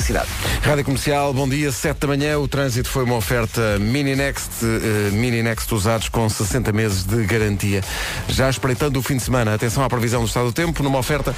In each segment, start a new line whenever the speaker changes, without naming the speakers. cidade.
Rádio Comercial, bom dia, 7 da manhã. O trânsito foi uma oferta Mini Next, eh, Mini Next usados com 60 meses de garantia. Já espreitando o fim de semana, atenção à previsão do estado do tempo, numa oferta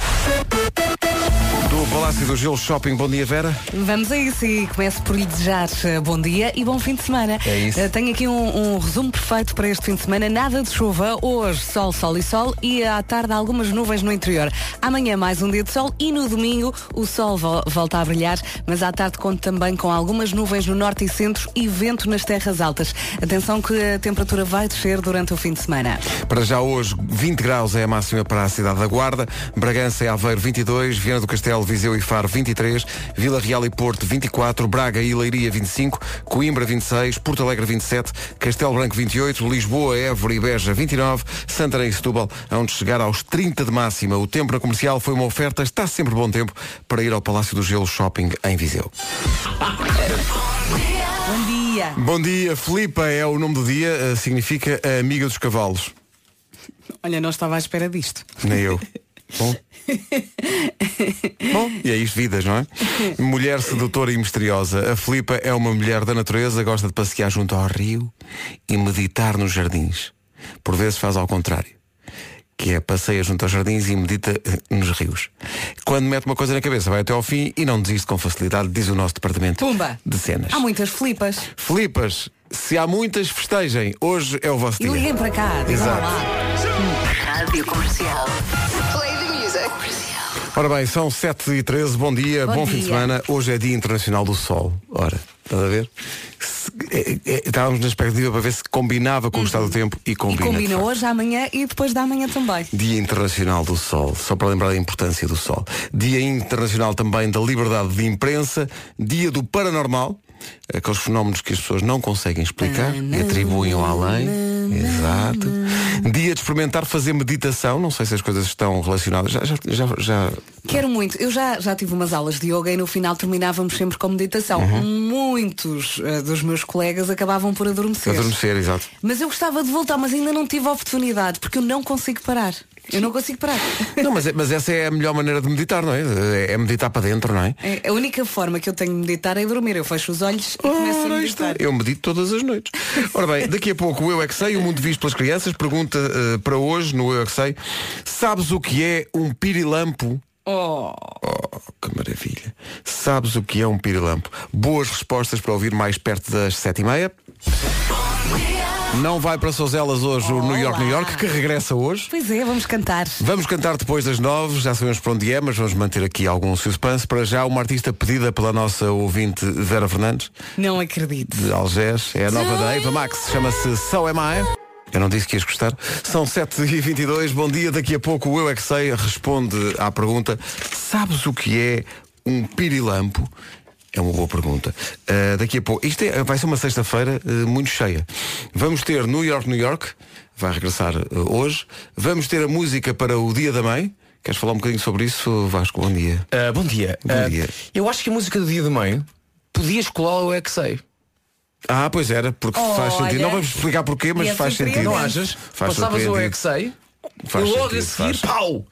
do Palácio do Gelo Shopping. Bom dia, Vera.
Vamos a isso e começo por lhe desejar eh, bom dia e bom fim de semana.
É isso.
Eh, Tenho aqui um, um resumo perfeito para este fim de semana. Nada de chuva, hoje sol, sol e sol e à tarde algumas nuvens no interior. Amanhã mais um dia de sol e no domingo o sol vo- volta a brilhar, mas à tarde conto também com algumas nuvens no norte e centro e vento nas terras altas. Atenção que a temperatura vai descer durante o fim de semana.
Para já hoje, 20 graus é a máxima para a cidade da Guarda, Bragança e Aveiro 22, Viana do Castelo, Viseu e Faro 23, Vila Real e Porto 24, Braga e Leiria 25, Coimbra 26, Porto Alegre 27, Castelo Branco 28, Lisboa, Évora e Beja 29, Santarém e Setúbal, onde chegar aos 30 de máxima. O tempo na comercial foi uma oferta, está sempre bom tempo para ir ao Palácio do Gelo Shopping em Viseu.
Bom dia!
Bom dia, Filipa é o nome do dia, eh, significa a amiga dos cavalos.
Olha, não estava à espera disto.
Nem eu. Bom. Bom, e é isto, vidas, não é? Mulher sedutora e misteriosa. A Filipa é uma mulher da natureza, gosta de passear junto ao rio e meditar nos jardins. Por vezes faz ao contrário. Que é passeia junto aos jardins e medita eh, nos rios. Quando mete uma coisa na cabeça, vai até ao fim e não desiste com facilidade, diz o nosso departamento
Pumba!
de cenas.
Há muitas flipas.
Filipas, se há muitas, festejem. Hoje é o vosso
E
dia.
liguem para cá, digam
Exato.
lá.
Rádio Comercial. Play the music. Comercial.
Ora bem, são 7 e 13 bom dia, bom,
Bom
fim de
dia.
semana. Hoje é Dia Internacional do Sol. Ora, estás a ver? Se- é- é- estávamos na expectativa para ver se combinava com o estado do tempo e
E
combina. de
combina
facto.
hoje, amanhã e depois da manhã também.
Dia Internacional do Sol, só para lembrar a importância do Sol. Dia Internacional também da Liberdade de Imprensa, Dia do Paranormal, aqueles fenómenos que as pessoas não conseguem explicar e atribuem ao além. Exato. Dia de experimentar fazer meditação, não sei se as coisas estão relacionadas. Já, já, já, já-
Quero muito. Eu já, já tive umas aulas de yoga e no final terminávamos sempre com meditação.
Uhum.
Muitos eh, dos meus colegas acabavam por adormecer.
adormecer, exato.
Mas eu gostava de voltar, mas ainda não tive a oportunidade, porque eu não consigo parar. Eu não consigo parar.
Não, mas, é- mas essa é a melhor maneira de meditar, não é? É- É meditar para dentro, não é?
É, A única forma que eu tenho de meditar é dormir. Eu fecho os olhos e começo a
Ora, aí está.
meditar.
Eu medito todas as noites. Ora bem, daqui a pouco o Eu É Que Sei, o mundo visto pelas crianças, pergunta eh, para hoje no Eu É Que Sei, sabes o que é um pirilampo?
Oh,
Oh, que maravilha. Sabes o que é um pirilampo? Boas respostas para ouvir mais perto das sete e meia. Não vai para Souzelas hoje o New York, New York, que regressa hoje.
pois é, vamos cantar.
Vamos cantar depois das nove, já sabemos para onde é, mas vamos manter aqui algum suspense. Para já, uma artista pedida pela nossa ouvinte Vera Fernandes,
Não acredito.
de Algés, é a nova da Eva Max, chama-se É So Am I. Eu não disse que ias gostar. São 7h22, bom dia. Daqui a pouco o Eu É Que Sei responde à pergunta Sabes o que é um pirilampo? É uma boa pergunta. Ah, daqui a pouco, isto é- vai ser uma sexta-feira eh, muito cheia. Vamos ter New York, New York, vai regressar eh, hoje. Vamos ter a música para o Dia da Mãe. Queres falar um bocadinho sobre isso, Vasco? Bom dia.
Ah, bom dia.
Bom
Ah,
dia.
Eu acho que a música do dia do meio podias colá-la ao É Que Sei.
Ah, pois era, porque faz
Olha.
sentido. Não vamos explicar porquê, mas
E é
faz sentido.
surpreendente.
Não achas?
Faz
Passavas ao É
surpreendido.
Que Sei e
Faz
logo a
sentido,
seguir,
faz.
pau!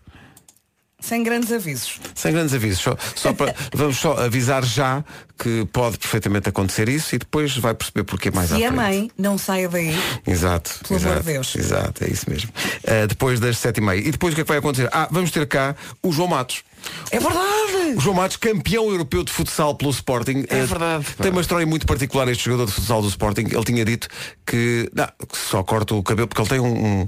Sem grandes avisos.
Sem grandes avisos. Só, só para, vamos só avisar já que pode perfeitamente acontecer isso e depois vai perceber porquê mais à
e a
frente.
mãe não saia daí.
Exato.
Pelo amor
exato,
de Deus.
Exato, é isso mesmo. Ah, depois das sete e meia. E depois o que é que vai acontecer? Ah, vamos ter cá o João Matos.
É verdade!
O João Matos, campeão europeu de futsal pelo Sporting.
É
Ah,
verdade.
Tem uma história muito particular este jogador de futsal do Sporting. Ele tinha dito que, não, que só corta o cabelo porque ele tem um- um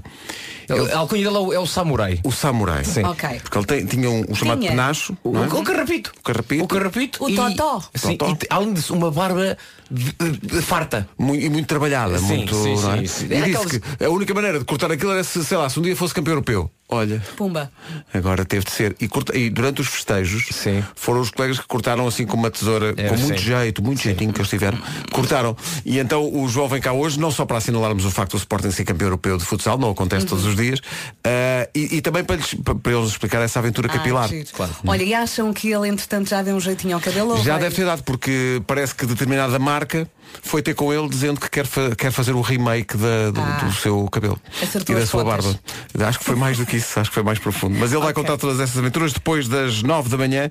A alcunha dele é o- é o Samurai.
o samurai. Sim.
Ok.
Porque ele tem- tinha um, um chamado
Tinha.
penacho.
O,
não é?
o carrapito.
O carrapito.
O carrapito.
O
e-
totó.
Sim,
Totó.
e te- além disso, uma barba de- de- de farta.
Mu- E muito trabalhada,
Sim,
muito.
sim,
não é?
sim, sim.
E
Era
disse
aquelas-
que a única maneira de cortar aquilo era se, sei lá, se um dia fosse campeão europeu. Olha,
Pumba.
agora teve de ser. E, corta- e durante os festejos
Sim.
foram os colegas que cortaram assim com uma tesoura,
É,
com muito
sim.
jeito, muito jeitinho que eles tiveram. Cortaram. E então o João vem cá hoje, não só para assinalarmos o facto do Sporting ser campeão europeu de futsal, não acontece
Uhum.
todos os dias, ah, e, e também para, lhes- para- para eles explicar essa aventura
Ah,
capilar.
giro. Olha, e acham que ele entretanto já deu um jeitinho ao cabelo? ou
Já
vai-
deve ter dado, porque parece que determinada marca foi ter com ele dizendo que quer, fa- quer fazer o remake da- do,
Ah.
do seu cabelo
Acertou
e da
as
sua
contas.
barba. Acho que foi mais do que disse, acho que foi mais profundo. Mas ele vai
Ok.
contar todas essas aventuras depois das 9 da manhã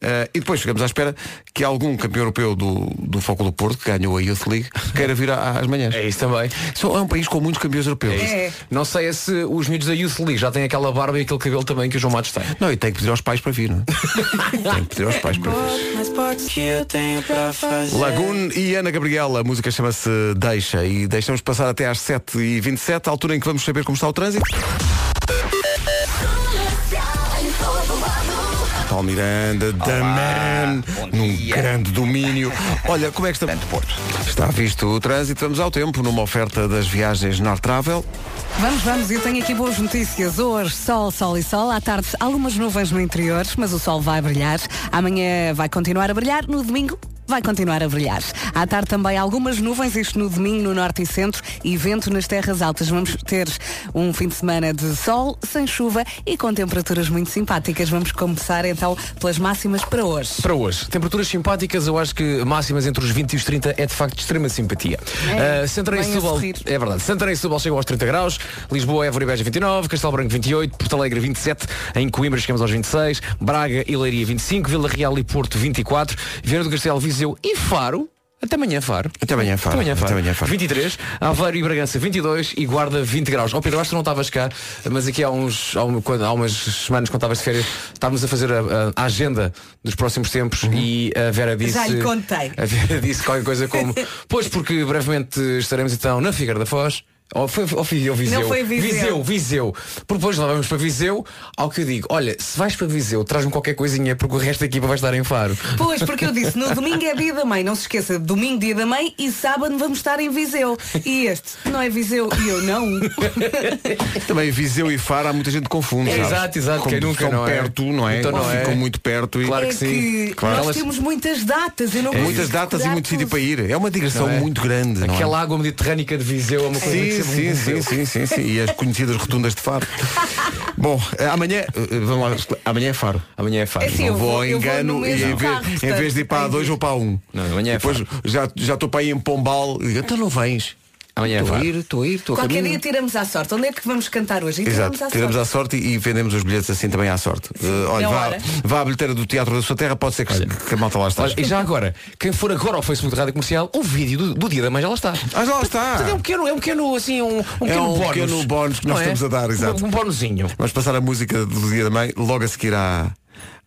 eh, e depois ficamos à espera que algum campeão europeu do, do Foco do Porto, que ganhou a Youth League, queira vir à- às manhãs.
É isso também.
Só É um país com muitos campeões europeus.
É.
Não sei é se os miúdos da Youth League já têm aquela barba e aquele cabelo também que o João Matos tem.
Não, e tem que pedir aos pais para vir, não é? tem que pedir aos pais para vir. Lagoon e Ana Gabriela, a música chama-se Deixa e deixamos passar até às 7h27, a altura em que vamos saber como está o trânsito. Paulo Miranda, The Man, num grande domínio. Olha, como é que está? Porto. Está visto o trânsito, vamos ao tempo, numa oferta das viagens North Travel.
Vamos, vamos, eu tenho aqui boas notícias. Hoje, sol, sol e sol. À tarde, algumas nuvens no interior, mas o sol vai brilhar. Amanhã vai continuar a brilhar. No domingo, vai continuar a brilhar. À tarde também algumas nuvens, isto no domingo, no norte e centro, e vento nas terras altas. Vamos ter um fim de semana de sol, sem chuva e com temperaturas muito simpáticas. Vamos começar então pelas máximas para hoje.
Para hoje, temperaturas simpáticas, eu acho que máximas entre os 20 e os 30 é de facto de extrema simpatia.
É,
Ah, Santarém e
bem a
Setúbal,
sorrir.
é verdade, Santarém e Setúbal chegam aos 30 graus, Lisboa, Évora e Beja 29, Castelo Branco 28, Porto Alegre 27, em Coimbra chegamos aos 26, Braga e Leiria 25, Vila Real e Porto 24, Vieira do Castelo, Viseu e Faro, até amanhã Faro.
Até amanhã, Faro.
Até amanhã, Faro.
Até amanhã, Faro.
23, Aveiro e Bragança 22 e Guarda 20 graus. Ó Pedro, acho que tu não estavas cá, mas aqui há uns há, um- quando- há umas semanas quando estavas de férias, estávamos a fazer a, a agenda dos próximos tempos
Uhum.
e a Vera disse
Já lhe contei.
A Vera disse qualquer coisa como pois porque brevemente estaremos então na Figueira da Foz. Ou foi, ou fui eu, Viseu.
foi Viseu.
Viseu, Viseu. Porque depois lá vamos para Viseu, ao que eu digo, olha, se vais para Viseu, traz-me qualquer coisinha, porque o resto da equipa vai estar em faro.
Pois, porque eu disse, no domingo é dia da mãe, não se esqueça, domingo dia da mãe e sábado vamos estar em Viseu. E este, não é Viseu e eu não.
Também Viseu e Faro, há muita gente que confunde. sabes?
Exato, exato,
Como
quem nunca,
ficam
não é?
perto, não é?
Então não é.
ficam muito perto e
Claro
é
que sim, claro.
nós
Elas-
temos muitas datas, eu não consigo
É. muitas datas e
decorar
muito sítio
tudo.
para ir. É uma digressão
É. Não é?
muito grande. não é?
Aquela água mediterrânica de Viseu é uma coisa que
Sim,
sempre
sim,
me
sim,
moveu.
sim, sim, sim. E as conhecidas rotundas de Faro. Bom, eh, amanhã, eh, vamos lá, escl- amanhã é Faro.
Amanhã é faro.
É sim,
não
eu
vou
vou-
ao
eu vou
engano
no
e
mesmo
em vez,
carro,
em
portanto,
vez de ir para a
tem
dois
que-
vou para a um.
Não, amanhã é
Depois
Faro.
já já estou para ir em Pombal. E digo, Então não vens.
Amanhã é
Estou a
Faro.
ir, estou a ir, estou a
Qualquer
caminho.
dia tiramos à sorte. Onde é que vamos cantar hoje? E
Exato, tiramos à sorte e e vendemos os bilhetes assim também à sorte. Eh, olha,
na
vá,
hora.
vá à bilheteira do Teatro da Sua Terra, pode ser que, que a malta lá esteja.
Olha, e já agora, quem for agora ao Facebook da Rádio Comercial, o vídeo do, do dia da mãe já lá está.
Ah, já lá está.
Portanto, É um pequeno, é um pequeno, assim, um, um pequeno
um
bónus.
pequeno bónus que nós
Não
estamos a dar, exato.
Um, um bónusinho.
Vamos passar a música do Dia da Mãe logo a seguir à,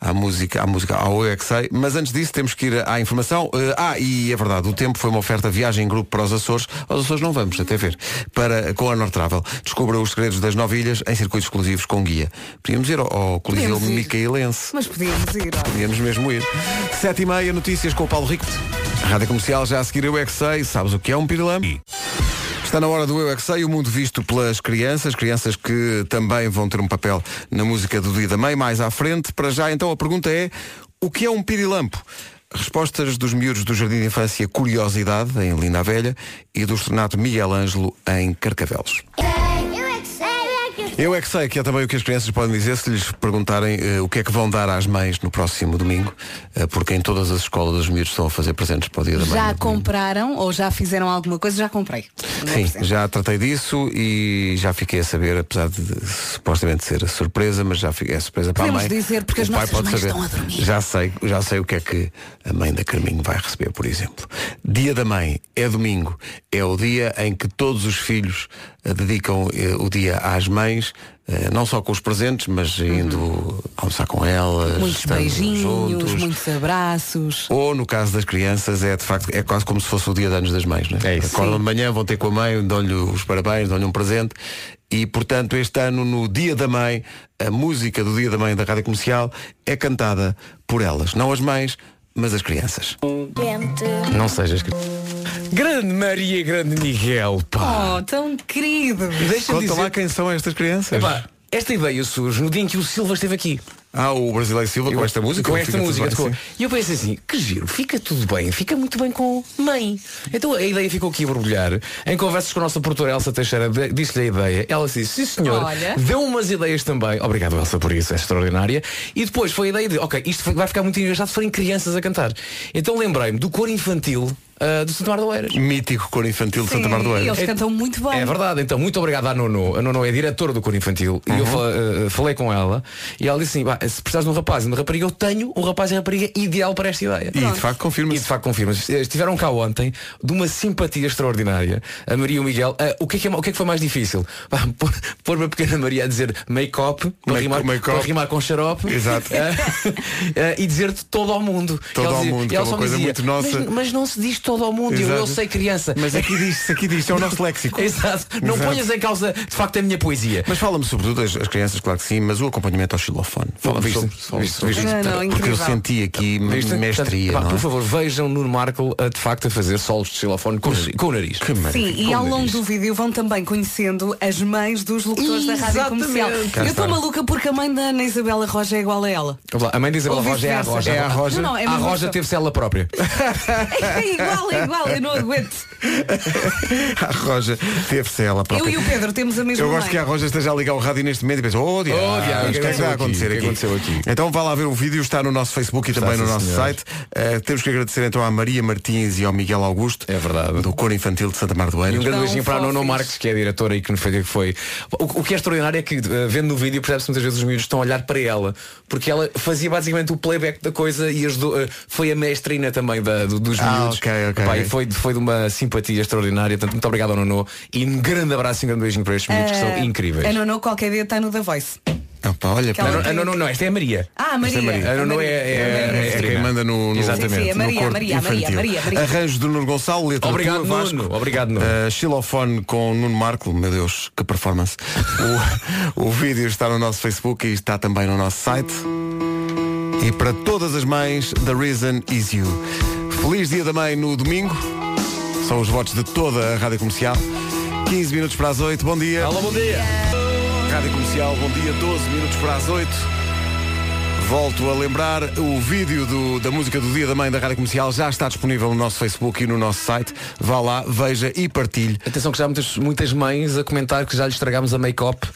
à música, à música, ao Eu É Que Sei. Mas antes disso temos que ir à informação. Eh, ah, e é verdade, o tempo foi uma oferta viagem em grupo para os Açores. Aos Açores não vamos, até ver. Para, com a North Travel. Descubra os segredos das nove ilhas em circuitos exclusivos com guia. Podíamos ir ao, ao Coliseu
Podíamos ir.
Micaelense.
Mas podíamos ir. olha.
Podíamos mesmo ir. Sete e meia, notícias com o Paulo Rico. Rádio Comercial, já a seguir Eu É Que Sei. Sabes o que é um pirilame? Está na hora do Eu É Que Sei, o mundo visto pelas crianças, crianças que também vão ter um papel na música do Dia da Mãe, mais à frente. Para já, então, a pergunta é, o que é um pirilampo? Respostas dos miúdos do Jardim de Infância Curiosidade, em Linda a Velha, e do Estrenato Miguel Ângelo, em Carcavelos.
Eu é que sei, eu é que
Eu é que sei que é também o que as crianças podem dizer se lhes perguntarem eh, o que é que vão dar às mães no próximo domingo, eh, porque em todas as escolas os miúdos estão a fazer presentes para o dia da mãe.
Já
no domingo.
compraram ou já fizeram alguma coisa? Já comprei. Não é
Sim,
preciso.
já tratei disso e já fiquei a saber, apesar de, de supostamente ser surpresa, mas já fiquei, é surpresa para
Podemos
a mãe.
dizer, porque
o
as
pai
nossas
pode
mães
saber.
estão a dormir.
Já sei, já sei o que é que a mãe da Carminho vai receber, por exemplo. Dia da mãe é domingo, é o dia em que todos os filhos eh, dedicam eh, o dia às mães, eh, não só com os presentes, mas indo almoçar com elas,
Uhum. Muitos
estando
beijinhos,
juntos.
muitos abraços.
Ou no caso das crianças é de facto é quase como se fosse o dia de anos das mães, não é?
É isso.
Acordam de manhã, vão ter com a mãe, dão-lhe os parabéns, dão-lhe um presente. E portanto este ano no Dia da Mãe, a música do Dia da Mãe da Rádio Comercial é cantada por elas, não as mães, mas as crianças.
sei.
Não sejas cri- Grande Maria e Grande Miguel, pá.
Oh, tão querido.
Deixa-me
Conta lá quem são estas crianças.
Epá, esta ideia surge no dia em que o Silva esteve aqui.
Ah, o brasileiro Silva com esta música.
Com
Fica
esta
tudo
música.
bem,
tocou.
sim.
E eu pensei assim, que giro, fica tudo bem, fica muito bem com mãe. Então a ideia ficou aqui a borbulhar. Em conversas com a nossa produtora Elsa Teixeira, de- disse-lhe a ideia. Ela disse, sim senhor,
Olha.
deu umas ideias também. Obrigado Elsa por isso, é extraordinária. E depois foi a ideia de, ok, isto vai ficar muito engraçado se forem crianças a cantar. Então lembrei-me do cor infantil ah, do Santa Mar de Oeiras.
Mítico cor infantil de Santa Mar do
E
Eiro.
eles cantam muito bem.
É verdade, então muito obrigado à Nono. A Nono é diretora do coro infantil
Uhum.
e eu fal- eh, falei com ela e ela disse assim, "Pá, se precisares de um rapaz e de uma rapariga, eu tenho um rapaz e rapariga ideal para esta ideia.
E de facto
E
confirma-se.
de facto confirma Estiveram cá ontem de uma simpatia extraordinária. A Maria e o Miguel. Ah, o, que é que é ma- o que é que foi mais difícil? Pá, pôr- Pôr uma pequena Maria a dizer make-up para,
Make-
rimar,
make-up.
para rimar com xarope.
Exato.
Ah, ah, e dizer-te todo ao mundo.
Todo
E ela
ao
dizia-
mundo,
e
que é
ela
uma
só me
coisa
um
dizia,
muito nossa.
Mas, mas não se diz todo ao mundo. Eu,
Exato.
eu sei criança.
Mas aqui diz-se, aqui diz-se, é o nosso léxico.
Exato. Não
Exato.
ponhas em causa de facto a minha poesia.
Mas fala-me sobretudo as, as crianças, claro que sim, mas o acompanhamento ao xilofone. Fala-me
Viste?
sobre, sobre-
Viste?
sobre-
Não, não,
porque eu
incrível.
senti aqui
Viste?
mestria.
Portanto, pá,
não é?
Por favor, vejam Nuno Marco ah, de facto a fazer solos de xilofone com, o nariz- com o nariz.
Que maravilha.
Sim, e
Como
ao
diz.
longo do vídeo vão também conhecendo as mães dos locutores da rádio
Exatamente.
comercial.
Cá
Eu
está.
estou maluca porque a mãe da Ana Isabela Roja é igual a ela.
Vamos lá, A mãe de Isabela
Ou
Roja é a
vice-versa.
Roja.
É a Roja.
Não, não, é
a
mesmo
Roja
esta.
teve-se ela própria.
É igual, é igual, eu não aguento.
A Roja teve-se ela
Eu
própria.
e o Pedro temos a mesma
Eu
mãe.
gosto que a Roja esteja a ligar o rádio neste momento e pensa, oh, diabo,
Oh, diabo,
o que é que
aconteceu
está a
aqui?
acontecer
O que
aqui?
aconteceu aqui?
Então vá lá ver o vídeo, está no nosso Facebook e também
sim,
no nosso
senhor.
site. Eh, temos que agradecer então à Maria Martins e ao Miguel Augusto.
É verdade.
Do Coro Infantil de Santa Mar do
E um
Eiro.
grande
Tão
beijinho para a Nono
fofos.
Marques, que é a diretora e que nos foi. que foi- O, o que é extraordinário é que, eh, vendo no vídeo, percebe-se muitas vezes os miúdos estão a olhar para ela, porque ela fazia basicamente o playback da coisa e ajudou, eh, foi a mestrina também da- do- dos
Ah,
miúdos.
ok, ok.
Pá, e foi, foi de uma simpatia extraordinária. Portanto, muito obrigado ao Nono e um grande abraço e um grande beijinho para estes miúdos, que são
Ah,
incríveis.
A Nono qualquer dia está no The Voice.
Ah, pá, olha,
A
Aquela-
Nono- a Nono não, esta é a Maria.
Ah, a Maria.
Esta é A Nono é, é,
É,
é- é
quem manda no, no
Exatamente.
Sim, sim, a
no
Maria,
corpo
Maria, Maria,
infantil.
Maria, Maria.
Arranjos do Nuno Gonçalo, letra
Obrigado,
tua,
Nuno.
Vasco.
Obrigado, Nuno.
Eh, xilofone com Nuno Marco, meu Deus, que performance. o, o vídeo está no nosso Facebook e está também no nosso site. E para todas as mães, The Reason Is You. Feliz Dia da Mãe no domingo. São os votos de toda a Rádio Comercial. 15 minutos para as 8, bom dia.
Alô, bom dia.
Rádio Comercial, bom dia, 12 minutos para as 8. Volto a lembrar, o vídeo do- da música do Dia da Mãe da Rádio Comercial já está disponível no nosso Facebook e no nosso site. Vá lá, veja e partilhe.
Atenção que já há muitas, muitas mães a comentar que já lhe estragámos a make-up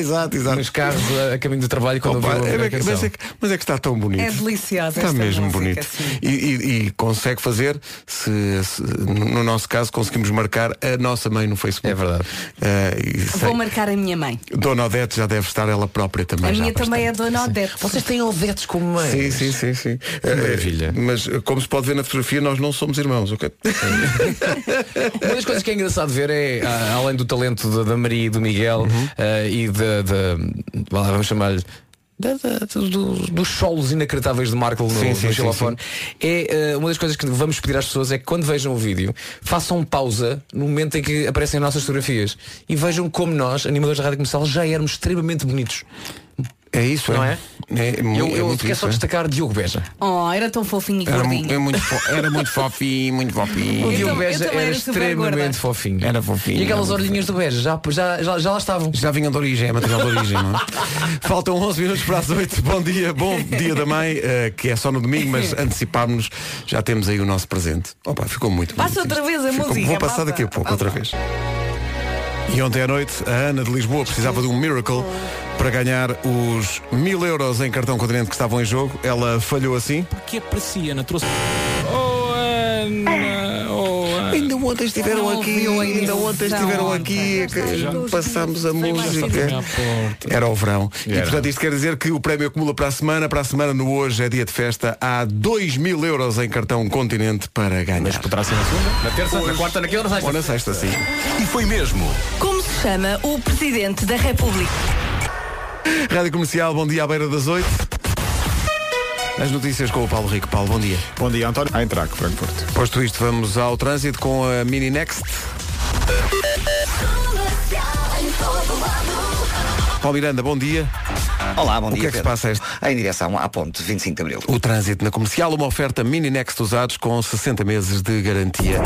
exato, exato.
nos carros a, a caminho do trabalho quando
Opa,
ouviu a
é bem
primeira
que- mas, é
canção.
que, mas é que está tão bonito.
É deliciosa
Está
esta
mesmo
música,
bonito.
sim.
E, e- e consegue fazer, se, se- no nosso caso, conseguimos marcar a nossa mãe no Facebook.
É verdade.
Eh, e sei-
Vou marcar a minha mãe.
Dona Odete já deve estar ela própria também.
A
já
minha
há
também é a Dona Odete.
Vocês têm ovetes como mãe.
Sim, sim, sim, sim. Eh,
maravilha.
Mas eh, como se pode ver na fotografia, nós não somos irmãos, ok?
Uma das coisas que é engraçado ver é, a- além do talento da, da Maria e do Miguel
Uhum.
eh, e da. da- vá lá, vamos chamar-lhe. da- da- do- dos solos inacreditáveis de Marco no,
Sim,
no
sim, sim,
xilofone é eh, uma das coisas que vamos pedir às pessoas é que quando vejam o vídeo façam pausa no momento em que aparecem as nossas fotografias e vejam como nós animadores da rádio comercial já éramos extremamente bonitos
É isso,
Não é?
é mu-
eu,
é
eu
muito
quero
isso,
só
é?
destacar Diogo Beja
Oh, era tão fofinho e
Era, mu-
gordinho.
é muito fo- era muito fofinho, muito
O
fofinho.
Então, Eu
Diogo
tam- eu
Beja
também
era
era super gorda.
extremamente fofinho.
Era fofinho,
E aquelas
era
orelhinhas do Beja, já, já, já, já lá estavam.
é Já vinham de origem, é material de origem, não é? Faltam 11 minutos para as 8. Bom dia, bom dia da mãe, eh, que é só no domingo, mas antecipámos-nos, já temos aí o nosso presente. Opa, ficou muito
Passa
bonito
outra
isto.
vez a
Ficou-
música,
Vou passar
passa,
daqui a pouco, outra vez. E ontem à noite, a Ana de Lisboa precisava de um miracle para ganhar os mil euros em cartão continente que estavam em jogo. Ela falhou assim.
que aprecia na trouxe. Oh, Ana! Oh, Ana!
Ainda ontem estiveram
Não
aqui,
ouviu a
ainda ontem
emissão
estiveram
ontem.
aqui, que passámos a música.
à porta.
Era o verão. E portanto isto quer dizer que o prémio acumula para a semana, para a semana no hoje é dia de festa, há 2 mil euros em cartão continente para ganhar. Mas
Poderá ser na segunda?
Na terça, na quarta, na quinta, na
Ou na sexta, sim.
E foi mesmo.
Como se chama o Presidente da República?
Rádio Comercial, bom dia à beira das 8. As notícias com o Paulo Rico. Paulo, bom dia.
Bom dia, António. A entrar, Frankfurt.
Posto isto, vamos ao trânsito com a Mini Next. Paulo Miranda, bom dia.
Olá, bom
O
dia.
que é que se
Pedro.
passa a este-
Em direção à ponte 25 de Abril.
O trânsito na comercial, uma oferta Mini Next usados com 60 meses de garantia.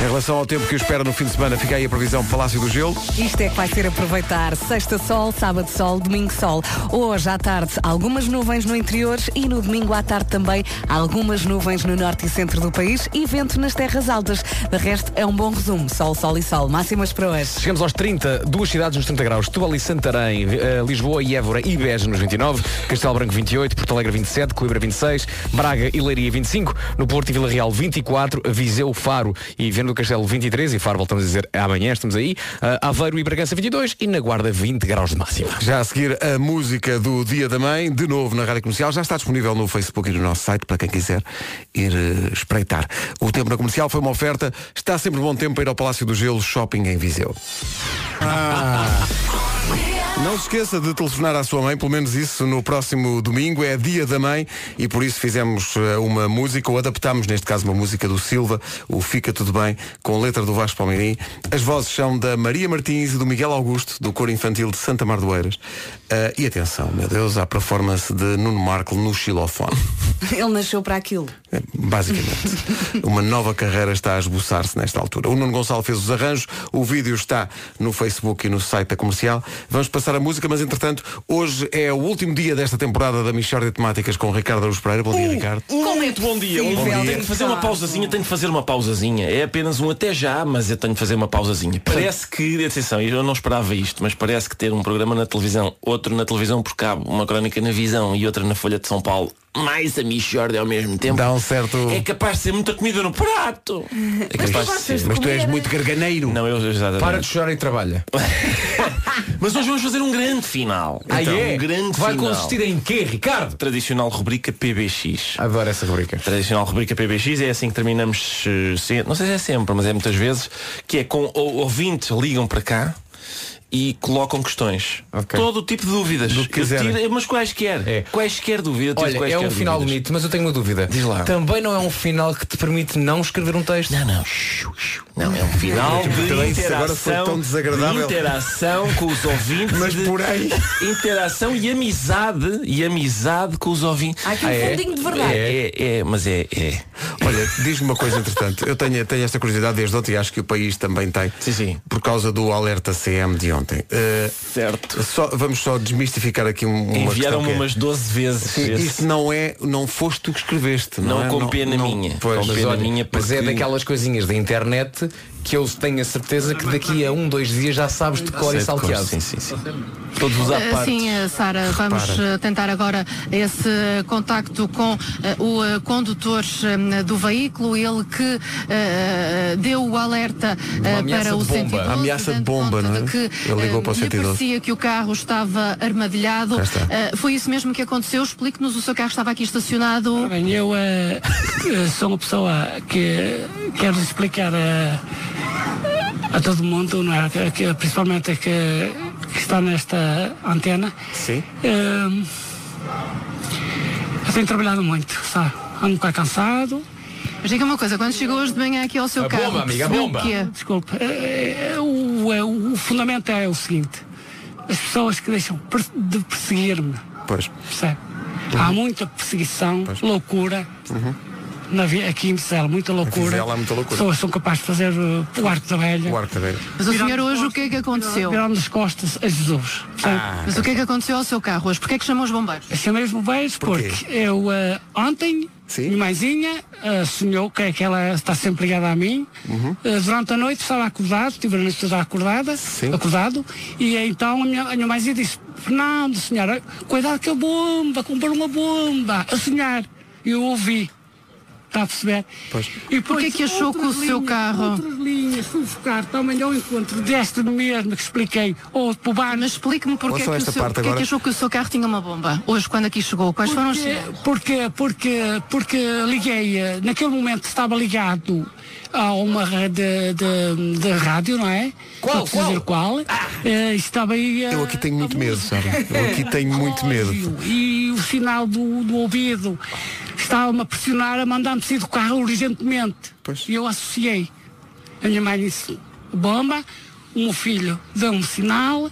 Em relação ao tempo que o espera no fim de semana, fica aí a previsão Palácio do Gelo.
Isto é que vai ser aproveitar. Sexta sol, sábado sol, domingo sol. Hoje à tarde algumas nuvens no interior e no domingo à tarde também algumas nuvens no norte e centro do país e vento nas terras altas. De resto é um bom resumo. Sol, sol e sol. Máximas para hoje.
Chegamos aos 30, duas cidades nos 30 graus, Setúbal e Santarém, eh, Lisboa e Évora e Beja. Beja nos 29, Castelo Branco 28, Porto Alegre 27, Coimbra 26, Braga e Leiria 25, no Porto e Vila Real 24, Viseu, Faro e Viana do Castelo 23, e Faro voltamos a dizer amanhã, estamos aí, ah, Aveiro e Bragança 22 e na Guarda 20 graus de máxima.
Já a seguir a música do Dia da Mãe, de novo na Rádio Comercial, já está disponível no Facebook e no nosso site para quem quiser ir eh, espreitar. O tempo na comercial foi uma oferta, está sempre bom tempo para ir ao Palácio do Gelo Shopping em Viseu. Ah. Não se esqueça de telefonar à sua mãe, pelo menos isso no próximo domingo, é Dia da Mãe e por isso fizemos eh, uma música, ou adaptámos neste caso uma música do Silva, o Fica Tudo Bem, com letra do Vasco Palmeirim. As vozes são da Maria Martins e do Miguel Augusto, do Coro Infantil de Santa Mar do Eiras. Ah, e atenção, meu Deus, à performance de Nuno Marco no xilofone.
Ele nasceu para aquilo.
É, Basicamente. Uma nova carreira está a esboçar-se nesta altura. O Nuno Gonçalo fez os arranjos, o vídeo está no Facebook e no site da comercial. Vamos passar a música, mas entretanto, hoje é o último dia desta temporada da Michórdia de Temáticas com Ricardo Aruz Pereira. Bom
Uh,
dia, Ricardo.
Muito bom dia.
É
Sim,
Bom
Bom
dia.
dia.
Tenho que fazer uma pausazinha, tenho que fazer uma pausazinha. É apenas um até já, mas eu tenho que fazer uma pausazinha. Parece que, atenção, eu não esperava isto, mas parece que ter um programa na televisão, outro na televisão por cabo, uma crónica na visão e outra na Folha de São Paulo, mais a Michorda ao mesmo tempo.
Dá um certo.
É capaz de ser muita comida no prato. É capaz de ser.
Mas tu és muito garganeiro.
Não, eu exatamente.
Para de chorar e trabalha.
Mas hoje vamos fazer um grande final.
Ah,
Então,
é?
Um grande
Vai
final.
consistir em quê, Ricardo?
Tradicional rubrica PBX.
Adoro essa rubrica.
Tradicional rubrica PBX é assim que terminamos, eh, se- não sei se é sempre, mas é muitas vezes, que é com o- ouvintes ligam para cá e colocam questões.
Ok.
Todo o tipo de dúvidas.
Do que
Eu
quiserem.
tiro- mas quaisquer.
É.
Quaisquer dúvidas. eu tiro
Olha, é
quaisquer
um final
dúvidas.
bonito, mas eu tenho uma dúvida.
Diz lá.
Também não é um final que te permite não escrever um texto.
Não, não. Shoo, shoo. Não, é um final de
Também isso
interação,
agora foi tão desagradável.
de interação com os ouvintes.
Mas
de-
porém.
Interação e amizade. E amizade com os ouvintes. Ah,
Há aqui um fundinho de verdade.
É, é, é, mas é, é.
Olha, diz-me uma coisa entretanto. Eu tenho, tenho esta curiosidade desde ontem e acho que o país também tem.
Sim, sim.
Por causa do alerta CM de ontem. Eh,
Certo.
só- vamos só desmistificar aqui um, uma questão
Enviaram-me
que é-
umas 12 vezes.
Sim,
esse-
isso não é, não foste tu que escreveste. Não,
Não
é?
com
Não-
pena
não-
minha.
Pois,
Com
Mas,
pena
olha,
minha,
mas é
porque-
daquelas coisinhas da internet que eu tenho a certeza que daqui a um, dois dias já sabes de cor
Sei
e
de cor,
salteado.
Sim, sim, sim. Todos os apartes.
Sim, eh, Sara, vamos eh, tentar agora esse eh, contacto com eh, o eh, condutor eh, do veículo, ele que eh, deu o alerta eh,
Uma ameaça
para o
de bomba.
sentido.
A ameaça de
dando
bomba,
conta
não é?
de Que,
Ele ligou
eh,
para o
lhe
112.
parecia que o carro estava armadilhado.
Já está.
Eh, Foi isso mesmo que aconteceu? Explique-nos, o seu carro estava aqui estacionado.
Bem, eu eh, eh, sou uma pessoa que quero explicar eh, a todo mundo, não é? Que- que- principalmente que, que está nesta antena.
Sim.
Eh, eu tenho trabalhado muito, sabe? Ando um bocado cansado.
Mas diga uma coisa, quando chegou hoje de manhã aqui ao seu
A
carro.
bomba, amiga, a
percebeu
bomba.
o que é?
Desculpe. eh, eh, o, eh, o fundamento é o seguinte. As pessoas que deixam per- de perseguir-me
Pois. Uhum.
percebe? Há muita perseguição, loucura. Na, vi- aqui em Vizela, muita loucura.
Vizela há muita loucura.
Pessoas são capazes de fazer uh, o arco da velha.
O arco da velha.
Mas o senhor hoje o que é que aconteceu?
Virando as costas a É Jesus. percebe?
Ah,
Mas o que é que aconteceu ao seu carro hoje? Porquê é que chamou os bombeiros?
Chamei os bombeiros
Porquê?
Assim porque eu eh, ontem,
Sim.
minha mãezinha eh, sonhou que, é que ela está sempre ligada a mim.
Uhum.
Eh, durante a noite estava acordado, estive a noite toda acordada, acordado, e então a minha, a minha mãezinha disse, Fernando, senhora, cuidado que a bomba, comprou uma bomba, a sonhar. E eu ouvi. Está a perceber? E
Porquê que achou que o
outras
seu carro-
Outras linhas, fui buscar também ao encontro deste mesmo que expliquei, ou de pobar,
Mas explique-me
Ouça
porquê, é que, o
esta
seu,
parte
porquê é que
agora.
achou que o seu carro tinha uma bomba? Hoje, quando aqui chegou, quais foram os
Porque-
sinais?
Porque, porque, porque liguei, eh, naquele momento estava ligado a uma rede de, de rádio, não é?
Qual,
Não preciso
qual?
dizer qual.
Ah.
Eh, estava aí. eh,
Eu aqui tenho muito
a
medo,
música.
sabe? Eu aqui tenho muito medo.
E o sinal do, do ouvido estava-me a pressionar a mandar-me sair do carro urgentemente.
Pois.
E eu associei. A minha mãe disse, bomba, o meu filho deu-me um sinal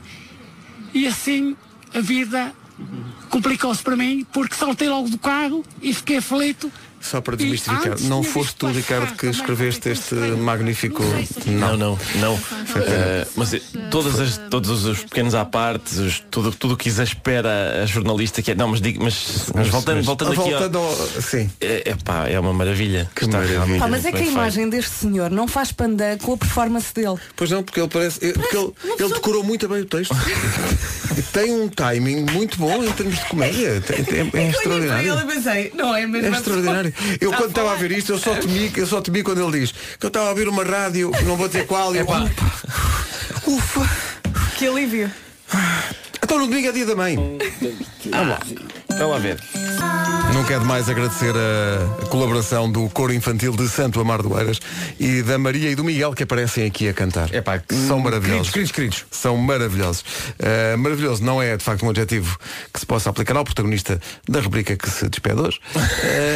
e assim a vida complicou-se para mim porque saltei logo do carro e fiquei aflito.
Só para
E
desmistificar,
antes
não
tinha
foste
visto
tu,
passar
Ricardo, que
também,
escreveste este
não sei.
magnífico.
Não sei se-
Não, não, não. Eh, mas eh, todas as, todos os- os pequenos apartes, os- tudo tudo o que exaspera a jornalista que é. Não, mas digo, mas, mas voltando, voltando aqui. ao-
Voltando ao- Sim.
É, epá, é uma maravilha. Que está
maravilha.
realmente
Pá, mas é
muito
que a
bem feito.
imagem deste senhor não faz pandan com a performance dele.
eh, Pois não, porque ele parece. Porque ele, ele decorou muito bem o texto. Tem um timing muito bom em termos de comédia. Tem- tem-
Eu
É,
olhei para
extraordinário.
ele e pensei, não é
É
mesmo?
extraordinário. Eu quando estava a ver isto, eu só temi, eu só temi quando ele diz que eu estava a ouvir uma rádio, não vou dizer qual, e eu, "Ah,
Ufa, que alívio.
Então no domingo é dia da mãe.
Vamos lá. Vamos lá ver.
Não quero demais agradecer a colaboração do coro infantil de Santo Amar do Eiras e da Maria e do Miguel que aparecem aqui a cantar. É pá, são maravilhosos. Queridos, queridos, São maravilhosos. Uh, maravilhoso não é de facto um adjetivo que se possa aplicar ao protagonista da rubrica que se despede hoje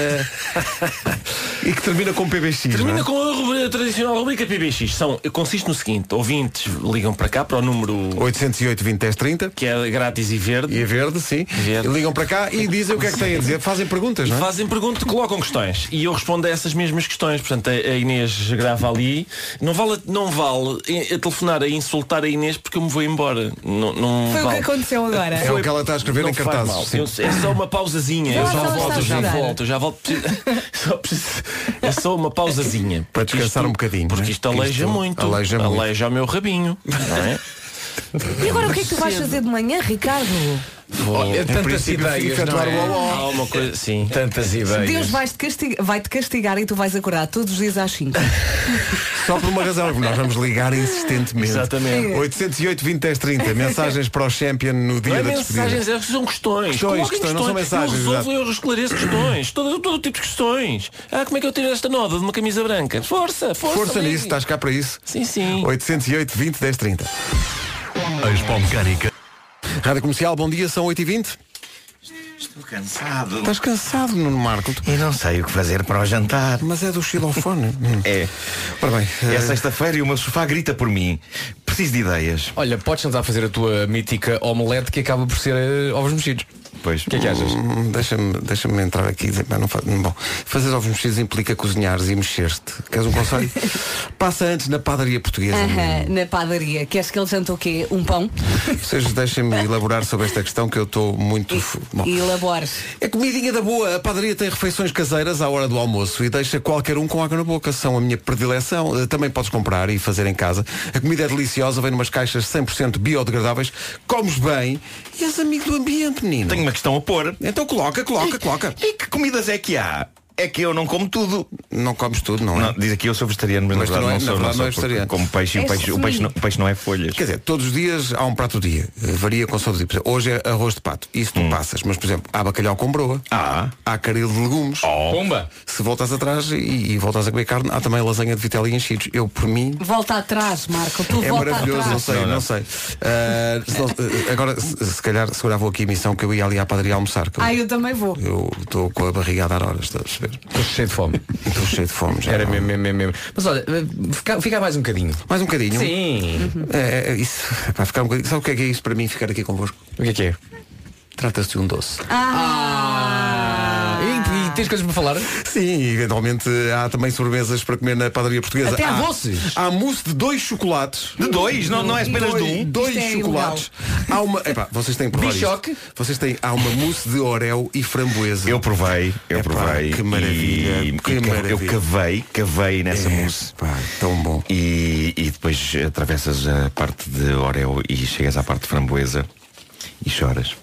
Uh, e que termina com PBX. não
Termina
é?
com a rubrica tradicional rubrica PBX. São, consiste no seguinte, ouvintes ligam para cá, para o número
808 20 10 30
que é grátis e verde.
E é verde, sim. Ligam para cá e dizem o que é que têm a dizer. Fazem perguntas, não é?
Fazem perguntas, colocam questões e eu respondo a essas mesmas questões. Portanto, a a Inês grava ali. Não vale, não vale eh, a telefonar a insultar a Inês porque eu me vou embora. Não, não
Foi o que
vale.
aconteceu agora.
É o que ela está a escrever
Não
em
faz
cartazes,
mal.
sim.
Eu- é só uma pausazinha.
Ela
Eu
só
já
está
volto,
a
eu já
estudar.
volto, eu já volto. Só preciso- É só uma pausazinha.
Para descansar um bocadinho.
Porque isto aleija
Isto
muito.
aleija muito.
o meu rabinho. Não é?
E agora o que é que tu vais fazer de manhã, Ricardo?
Olha,
tantas ideias, não é?
Há uma coisa, sim.
Tantas
Deus vai-te castigar, vai -te castigar e tu vais acordar todos os dias às 5.
Só por uma razão, nós vamos ligar insistentemente.
Exatamente.
808 20 10 30. Mensagens para o Champion no dia
Não é
da despedida.
mensagens, é- são questões.
Questões,
Coloquem
questões, não são mensagens,
Eu resolvo, eu esclareço questões. Todo, todo tipo de questões. Ah, como é que eu tiro esta nova de uma camisa branca? Força, força.
Força
Luís.
nisso, estás cá para isso.
Sim, sim.
808 20 10 30. A Expo Mecânica. Rádio Comercial, bom dia, são 8h20.
Estou cansado.
Estás cansado, Nuno Marco.
E não sei o que fazer para o jantar.
Mas é do xilofone.
é.
Ora bem. eh,
É sexta-feira e o meu sofá grita por mim. Preciso de ideias.
Olha, podes tentar fazer a tua mítica omelete que acaba por ser eh, ovos mexidos.
Pois. O
que é que achas?
Hum, Deixa-me deixa entrar aqui e dizer, pá, não faz, não, bom, fazer ovos mexidos implica cozinhares e mexer-te. Queres um conselho? Passa antes na padaria portuguesa. é?
Aham, na padaria. Queres que ele jante o quê? Um pão?
Vocês deixem-me elaborar sobre esta questão que eu estou muito. Bom,
E elabores.
É comidinha da boa. A padaria tem refeições caseiras à hora do almoço e deixa qualquer um com água na boca. São a minha predileção. Eh, Também podes comprar e fazer em casa. A comida é deliciosa, vem numas caixas 100% biodegradáveis. Comes bem e és amigo do ambiente, menino.
Tenho uma questão a pôr.
Então coloca, coloca, coloca.
E que comidas é que há? É que eu não como tudo.
Não comes tudo, não é?
Não, diz aqui eu sou vegetariano, mas,
Mas tu
na
não é-
verdade não,
na
sou. não
verdade
sou,
não és
porque
vegetariano.
Como
É
peixe, e o
És
peixe, o peixe, não,
sumido.
o peixe não é folhas.
Quer dizer, todos os dias há um prato do dia. Eh, Varia com todos os dias. Hoje é arroz de pato. Isso
Hum.
tu passas. Mas, por exemplo, há bacalhau com broa.
Ah.
Há caril de legumes.
Oh.
Pumba.
Se voltas atrás e, e voltas a comer carne, há também lasanha de vitela e enchidos. Eu, por mim,
Volta atrás, Marco. Tu
é
volta
maravilhoso.
atrás.
Não sei, não, sei. Ah, se não- eh, agora, se, se calhar, segurava aqui a missão que eu ia ali à padaria almoçar. que eu-
Ah, eu também vou.
Eu estou com a barriga a dar horas, estás a perceber?
Estou cheio de fome.
Estou cheio de fome. Já
Era
não-
mesmo, mesmo, mesmo, mesmo. Mas olha, eh, fica, fica mais um bocadinho.
Mais um bocadinho?
Sim.
É, é, isso, vai ficar um bocadinho. Sabe o que é que é isso para mim ficar aqui convosco?
O que é que é?
Trata-se de um doce. Ah!
E, e tens coisas para falar?
Sim, e eventualmente há também sobremesas para comer na padaria portuguesa. Ah,
Até há doces?
Há mousse de dois chocolates.
De dois? Não- não é apenas de um?
Dois
Isto é
chocolates. Há uma. Epá, vocês têm que provar
Bichoque?
isto. Vocês têm. Há uma mousse de Oreo e framboesa.
Eu provei, eu provei.
que maravilha,
E,
que
e ca-
maravilha. É,
Eu cavei, cavei nessa mousse.
tão bom.
E, e depois atravessas a parte de Oreo e chegas à parte de framboesa e choras.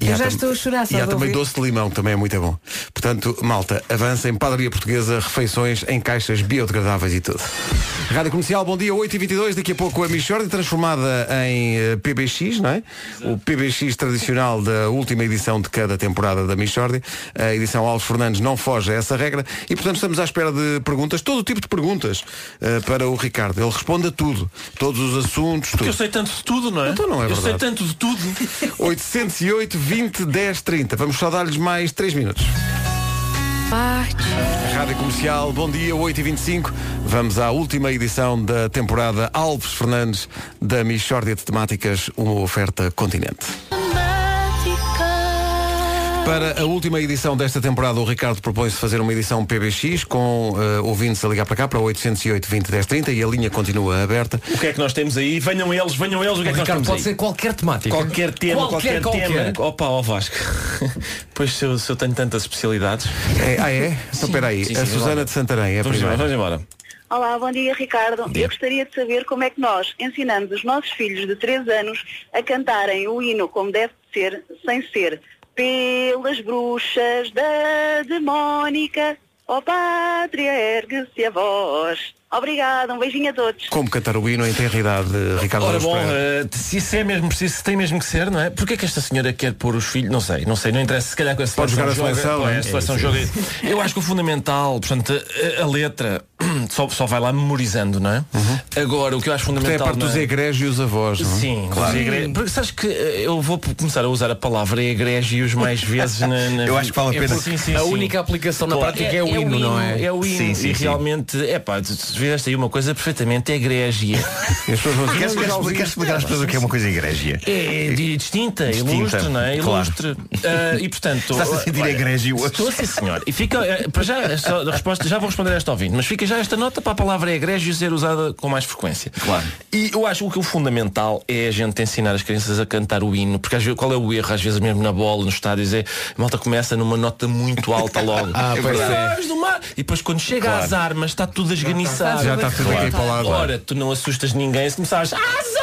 E
Eu
há
já
tam-
estou a chorar, só
E há
de
também
ouvir.
doce de limão, que também é muito bom. Portanto, malta, avança em padaria portuguesa, refeições em caixas biodegradáveis e tudo. Rádio Comercial, bom dia, 8h22, daqui a pouco a Michordia, transformada em eh, PBX, não é? O PBX tradicional da última edição de cada temporada da Michordia. A edição Alves Fernandes não foge a essa regra e, portanto, estamos à espera de perguntas, todo o tipo de perguntas eh, para o Ricardo. Ele responde a tudo, todos os assuntos,
Porque eu
tudo.
sei tanto de tudo, não é?
Então não é
eu sei
verdade.
tanto de tudo.
808 20 10 30. Vamos só dar-lhes mais 3 minutos. Rádio Comercial, bom dia, 8h25. Vamos à última edição da temporada Alves Fernandes da Michórdia de Temáticas, uma oferta continente. Para a última edição desta temporada, o Ricardo propõe-se fazer uma edição PBX com eh, ouvintes a ligar para cá para 808 20 10 30 e a linha continua aberta.
O que é que nós temos aí? Venham eles, venham eles, o que é que
Ricardo,
nós temos
pode
aí?
ser qualquer temática.
Qualquer tema, qualquer, tema. Opa, ó Vasco. pois se eu, se eu tenho tantas especialidades.
É, ah, é? Então, espera aí. A Susana de Santarém é a
vamos
primeira.
Embora, vamos embora.
Olá, bom dia Ricardo. Eu gostaria de saber como é que nós ensinamos os nossos filhos de 3 anos a cantarem o hino como deve ser, sem ser pelas bruxas da demónica. Ó pátria, ergue-se a voz. Obrigada, um beijinho a todos.
Como cantar o hino em terra idade, Ricardo
Ora
Araújo
bom,
Pereira?
eh, se isso é mesmo preciso, se tem mesmo que ser, não é? Porquê que esta senhora quer pôr os filhos? Não sei, não sei, não interessa. Se calhar com a seleção.
Pode jogar a
joga,
seleção,
pô,
hein?
a seleção
É,
joga.
sim.
Eu acho que o fundamental, portanto, a, a letra só, só vai lá memorizando, não é?
Uhum.
Agora, o que eu acho
Porque tem a
fundamental.
parte
na-
dos egrégios avós, não é?
Sim,
claro.
claro. Porque sabes que eh, eu vou começar a usar a palavra egrégios mais vezes na, na
Eu acho que vale a
É
pena.
porque- sim, sim,
a
sim.
única aplicação na
Claro,
prática é, o hino, não é?
É o hino.
Sim, sim,
e
sim.
realmente, é pá, tu tu fizeste aí uma coisa perfeitamente egrégia.
Ah,
Queres queres explicar às pessoas o que é uma coisa igreja?
É, é de- distinta,
Distinta,
ilustre, não é?
claro.
Ilustre. Ah, e portanto.
Estás a sentir
olha,
egrégio hoje.
Estou sim senhor. E fica, eh, para já, é só a resposta, já vou responder a esta ouvinte, mas fica já esta nota para a palavra egrégio ser usada com mais frequência. Claro. E eu acho que o fundamental é a gente ensinar as crianças a cantar o hino, porque às vezes, qual é o erro, às vezes mesmo na bola, nos estádios, é a malta começa numa nota muito alta logo.
Ah, pois é.
Milagres do mar. E depois quando chega
Claro.
às armas está tudo esganiçado.
Já está tudo aqui para lá agora.
Ora, tu não assustas ninguém se começares. Azar!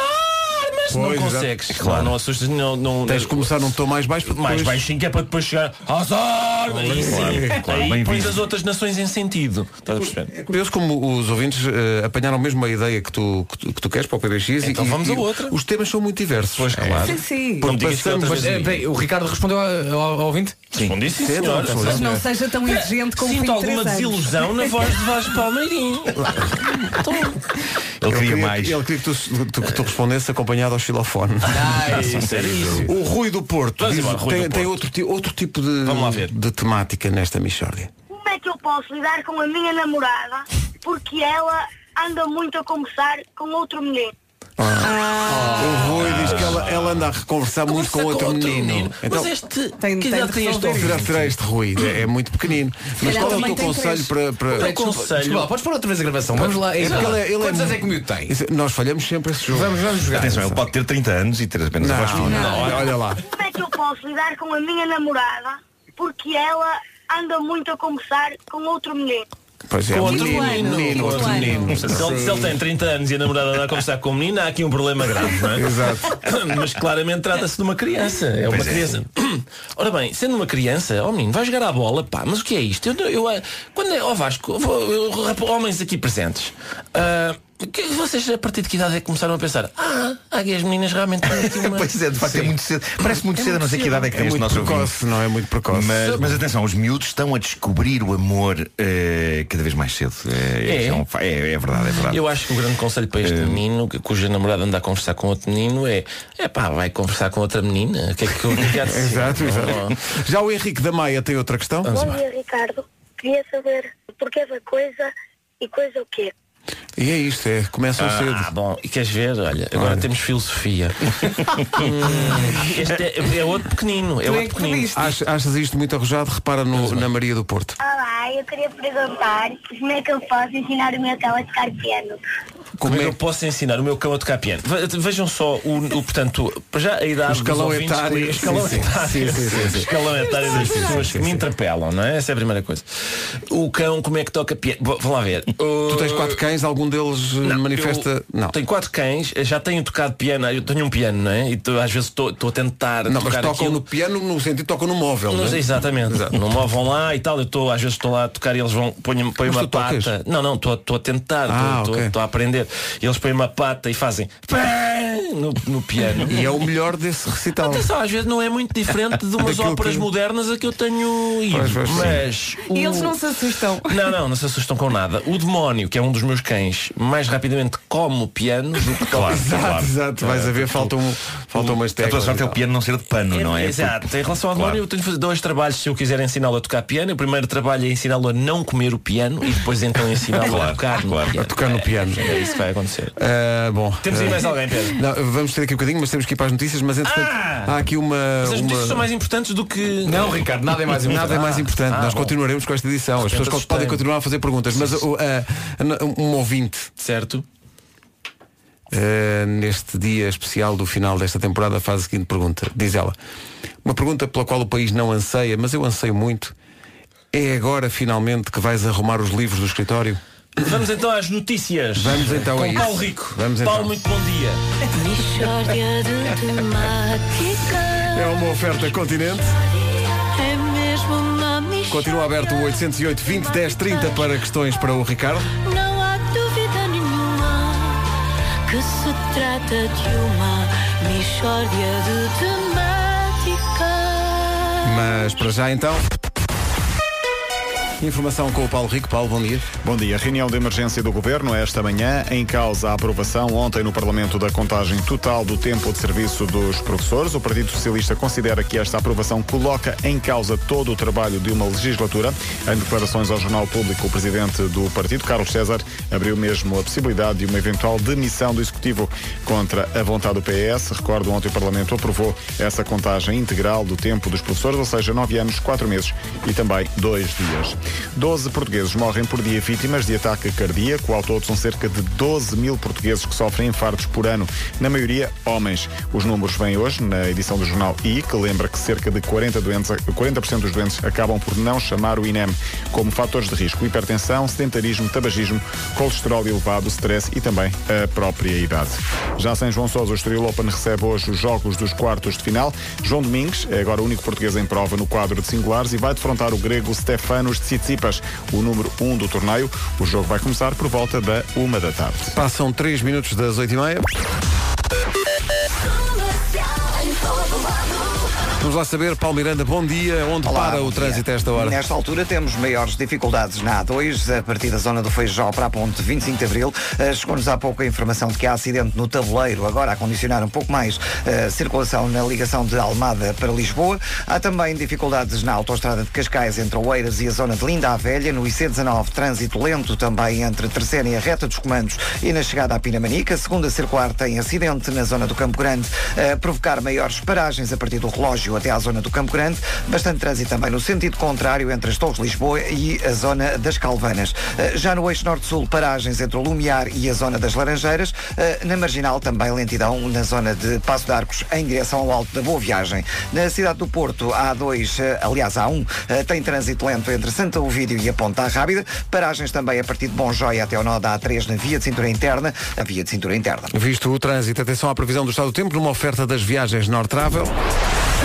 Mas não
Pois, exato.
consegues.
Claro.
Claro. Não assustas, não, não,
Tens de começar num tom mais baixo para
mais
depois-
baixinho que é para depois chegar às armas. Aí sim.
Claro, claro, bem
é. Aí pões
visto.
as outras nações em sentido. Estás a perceber?
É curioso como os ouvintes eh, apanharam mesmo a ideia que tu, que tu, que tu queres para o PBX
Então vamos a
outra. Os temas são muito diversos. Pois,
claro. Sim, sim.
Porque
Não me digas que
passamos-
outras vezes Mas, eh, vi.
o Ricardo respondeu ao, ouvinte?
Respondi sim,
Sim,
senhor.
Então, não,
Mas não seja tão exigente como
Eh, Sinto alguma desilusão na voz de Vasco Palmeirinho.
Ele queria mais. Ele queria que tu, tu- que tu respondesse acompanhado ao xilofone.
Ah, isso era isso.
é O Rui do Porto
Vamos
diz-
embora, Rui
tem,
do
tem
Porto.
outro, ti- outro tipo de, de temática nesta Michórdia.
Como é que eu posso lidar com a minha namorada porque ela anda muito a conversar com outro menino?
O Rui diz que ela, ela anda a conversar muito com outro, menino. Então,
este
que
tem
idade
de resolver
este
isso.
Deve ter este Rui, é, é muito pequenino. Mas qual
calhar
é o
também
teu
tem
conselho
três.
para. para...
O teu conselho- Desculpa, podes pôr outra vez a gravação, vamos lá, é
É porque
isso.
ele é, ele
Quantos anos é
muito-
que o miúdo tem?
Isso- nós falhamos sempre esse jogo.
Vamos- vamos jogar.
Atenção, ele pode ter 30 anos e ter apenas a voz
Não,
fina.
não, olha- olha lá.
Como é que eu posso lidar com a minha namorada porque ela anda muito a conversar com outro menino?
Pois é,
Com
um
outro
menino,
menino.
menino,
Com
outro menino.
Se ele, se ele tem 30 anos e a namorada anda a conversar com o menino, há aqui um problema grave, não é?
Exato.
Mas claramente trata-se de uma criança. É uma
Pois é.
criança. Ora bem, sendo uma criança, ó menino, vai jogar à bola, pá, mas o que é isto? Eu, eu, eu- quando é, ó Vasco, vou- eu- rap- homens aqui presentes. ah, que vocês a partir de que idade é que começaram a pensar? Ah, há aqui as meninas realmente têm aqui uma...
Pois é, de facto é muito cedo. Parece muito
É
cedo, a não
muito
sei que idade é que
É
tem este
muito
nosso ouvinte.
precoce, não é muito precoce.
Mas, mas atenção, os miúdos estão a descobrir o amor eh, cada vez mais cedo. Eh,
É.
é um fa- é- é verdade, é verdade.
Eu acho que o grande conselho para
Eh,
este menino, que- cuja namorada anda a conversar com outro menino, é é pá, vai conversar com outra menina. O que é que eu que há de ser? Oh,
Exato,
Não,
exato. Já o Henrique da Maia tem outra questão?
Bom dia, Ricardo. Queria saber porque essa coisa e coisa o quê?
E é isto, é. Começam
ah,
cedo.
bom, e queres ver? Olha, agora temos filosofia. Hum, este é, é outro pequenino, é outro pequenino.
Achas, achas isto muito arrojado? Repara no- na Maria do Porto.
Olá, eu queria perguntar como é que eu posso ensinar o meu cão a tocar piano.
Como, é que eu posso ensinar o meu cão a tocar piano? Ve- Vejam só, o, o- portanto, para já a idade
O escalão
dos ouvintes,
etário.
o escalão
Sim, sim.
etário,
Sim, sim, sim, sim.
o escalão etário das pessoas que me interpelam, não é? Essa é a primeira coisa. O cão, como é que toca piano? Bom, Vamos lá ver. Uh,
Tu tens quatro cães, algum deles eh, manifesta.
Eu
Não.
Tenho quatro cães, eh, já tenho tocado piano, eu tenho um piano, não é? E tô- às vezes estou a tentar
Não, mas
tocar
tocam
aquilo.
no piano no sentido tocam no móvel.
Não
não é?
sei, exatamente. Não movam lá e tal. Eu estou, às vezes estou lá a tocar e eles vão põem põem
Mas
uma
tu tocas?
pata. Não, não, estou estou a tentar, estou
Ah,
estou-
ok.
estou a aprender. E eles põem uma pata e fazem no, no piano.
E é o melhor desse recital.
Atenção, às vezes não é muito diferente de umas
Daquilo
óperas
que-
modernas a que eu tenho ido.
Pois, pois, sim.
mas o-
E eles não se assustam.
Não, não, não se assustam com nada. O demónio, que é um dos meus cães, mais rapidamente come o piano É, do que toca.
Exato, exato. Vais a ver, faltam,
um-
faltam umas
A tua
teclas.
sorte é
e
o
tal.
piano não ser de pano, não é?
Exato. Em relação ao demónio, eu tenho de fazer dois trabalhos se eu quiser ensiná-lo a tocar piano. O primeiro trabalho é ensiná-lo a não comer o piano e depois então ensiná-lo a
Claro,
tocar no
claro.
piano.
A tocar no piano.
É isso que vai acontecer.
Ah, bom.
Temos aí mais alguém, Pedro? Ah!
Não, vamos ter aqui um bocadinho, mas temos que ir para as notícias, mas entretanto há aqui uma.
Mas as
uma-
notícias são mais importantes do que.
Não, Ricardo, nada é mais importante.
Nada é mais
Ah,
importante.
ah,
Nós
bom.
continuaremos com esta edição. As
Portanto,
pessoas podem
assustei-me.
continuar a fazer perguntas, mas o, a- a- um ouvinte. Eh,
Certo.
neste dia especial do final desta temporada faz a seguinte pergunta. Diz ela. Uma pergunta pela qual o país não anseia, mas eu anseio muito. É agora finalmente que vais arrumar os livros do escritório?
Vamos então às notícias.
Vamos então
Com
a isso.
Paulo Rico.
Vamos então.
Paulo, muito bom dia.
Mixórdia de temáticas
É uma oferta continente.
É mesmo uma
Continua aberto o 808 20 10 30 para questões para o Ricardo.
Não há dúvida nenhuma Que se trata de uma Mixórdia de temáticas
Mas para já então. Informação com o Paulo Rico. Paulo, bom dia.
Bom dia. Reunião de emergência do Governo é esta manhã, em causa a aprovação ontem no Parlamento da contagem total do tempo de serviço dos professores. O Partido Socialista considera que esta aprovação coloca em causa todo o trabalho de uma legislatura. Em declarações ao Jornal Público, o presidente do partido, Carlos César, abriu mesmo a possibilidade de uma eventual demissão do Executivo contra a vontade do PS. Recordo, ontem o Parlamento aprovou essa contagem integral do tempo dos professores, ou seja, nove anos, quatro meses e também dois dias. Doze portugueses morrem por dia vítimas de ataque cardíaco. Ao todo, são cerca de 12 mil portugueses que sofrem infartos por ano, na maioria homens. Os números vêm hoje na edição do jornal I, que lembra que cerca de 40%, doentes, 40 dos doentes acabam por não chamar o INEM como fatores de risco. Hipertensão, sedentarismo, tabagismo, colesterol elevado, stress e também a própria idade. Já sem João Sousa, o Estoril Open recebe hoje os jogos dos quartos de final. João Domingues é agora o único português em prova no quadro de singulares e vai defrontar o grego Stefanos Tsitsipas, o número 1 um do torneio. O jogo vai começar por volta da 1 da tarde.
Passam 3 minutos das 8 e meia. Vamos lá saber, Paulo Miranda, bom dia. Onde para o trânsito a esta hora?
Nesta altura temos maiores dificuldades na A2, a partir da zona do Feijó para a ponte 25 de Abril. Eh, Chegou-nos há pouco a informação de que há acidente no tabuleiro, agora a condicionar um pouco mais eh, a circulação na ligação de Almada para Lisboa. Há também dificuldades na autoestrada de Cascais entre Oeiras e a zona de Linda a Velha, no IC19, trânsito lento também entre Terceira e a reta dos comandos e na chegada à Pinamanica. Segunda circular tem acidente na zona do Campo Grande, a provocar maiores paragens a partir do relógio até à zona do Campo Grande. Bastante trânsito também no sentido contrário entre as Torres de Lisboa e a zona das Calvanas. Eh, Já no eixo norte-sul, paragens entre o Lumiar e a zona das Laranjeiras. Eh, Na marginal, também lentidão na zona de Passo de Arcos, em direção ao Alto da Boa Viagem. Na cidade do Porto, a A2, eh, aliás, a A1, eh, tem trânsito lento entre Santa Ovídio e a Ponta Rábida. Paragens também a partir de Bonjóia até ao nó da A3, na via de cintura interna. A via de cintura interna.
Visto o trânsito, atenção à previsão do estado do tempo numa oferta das viagens Nord Travel.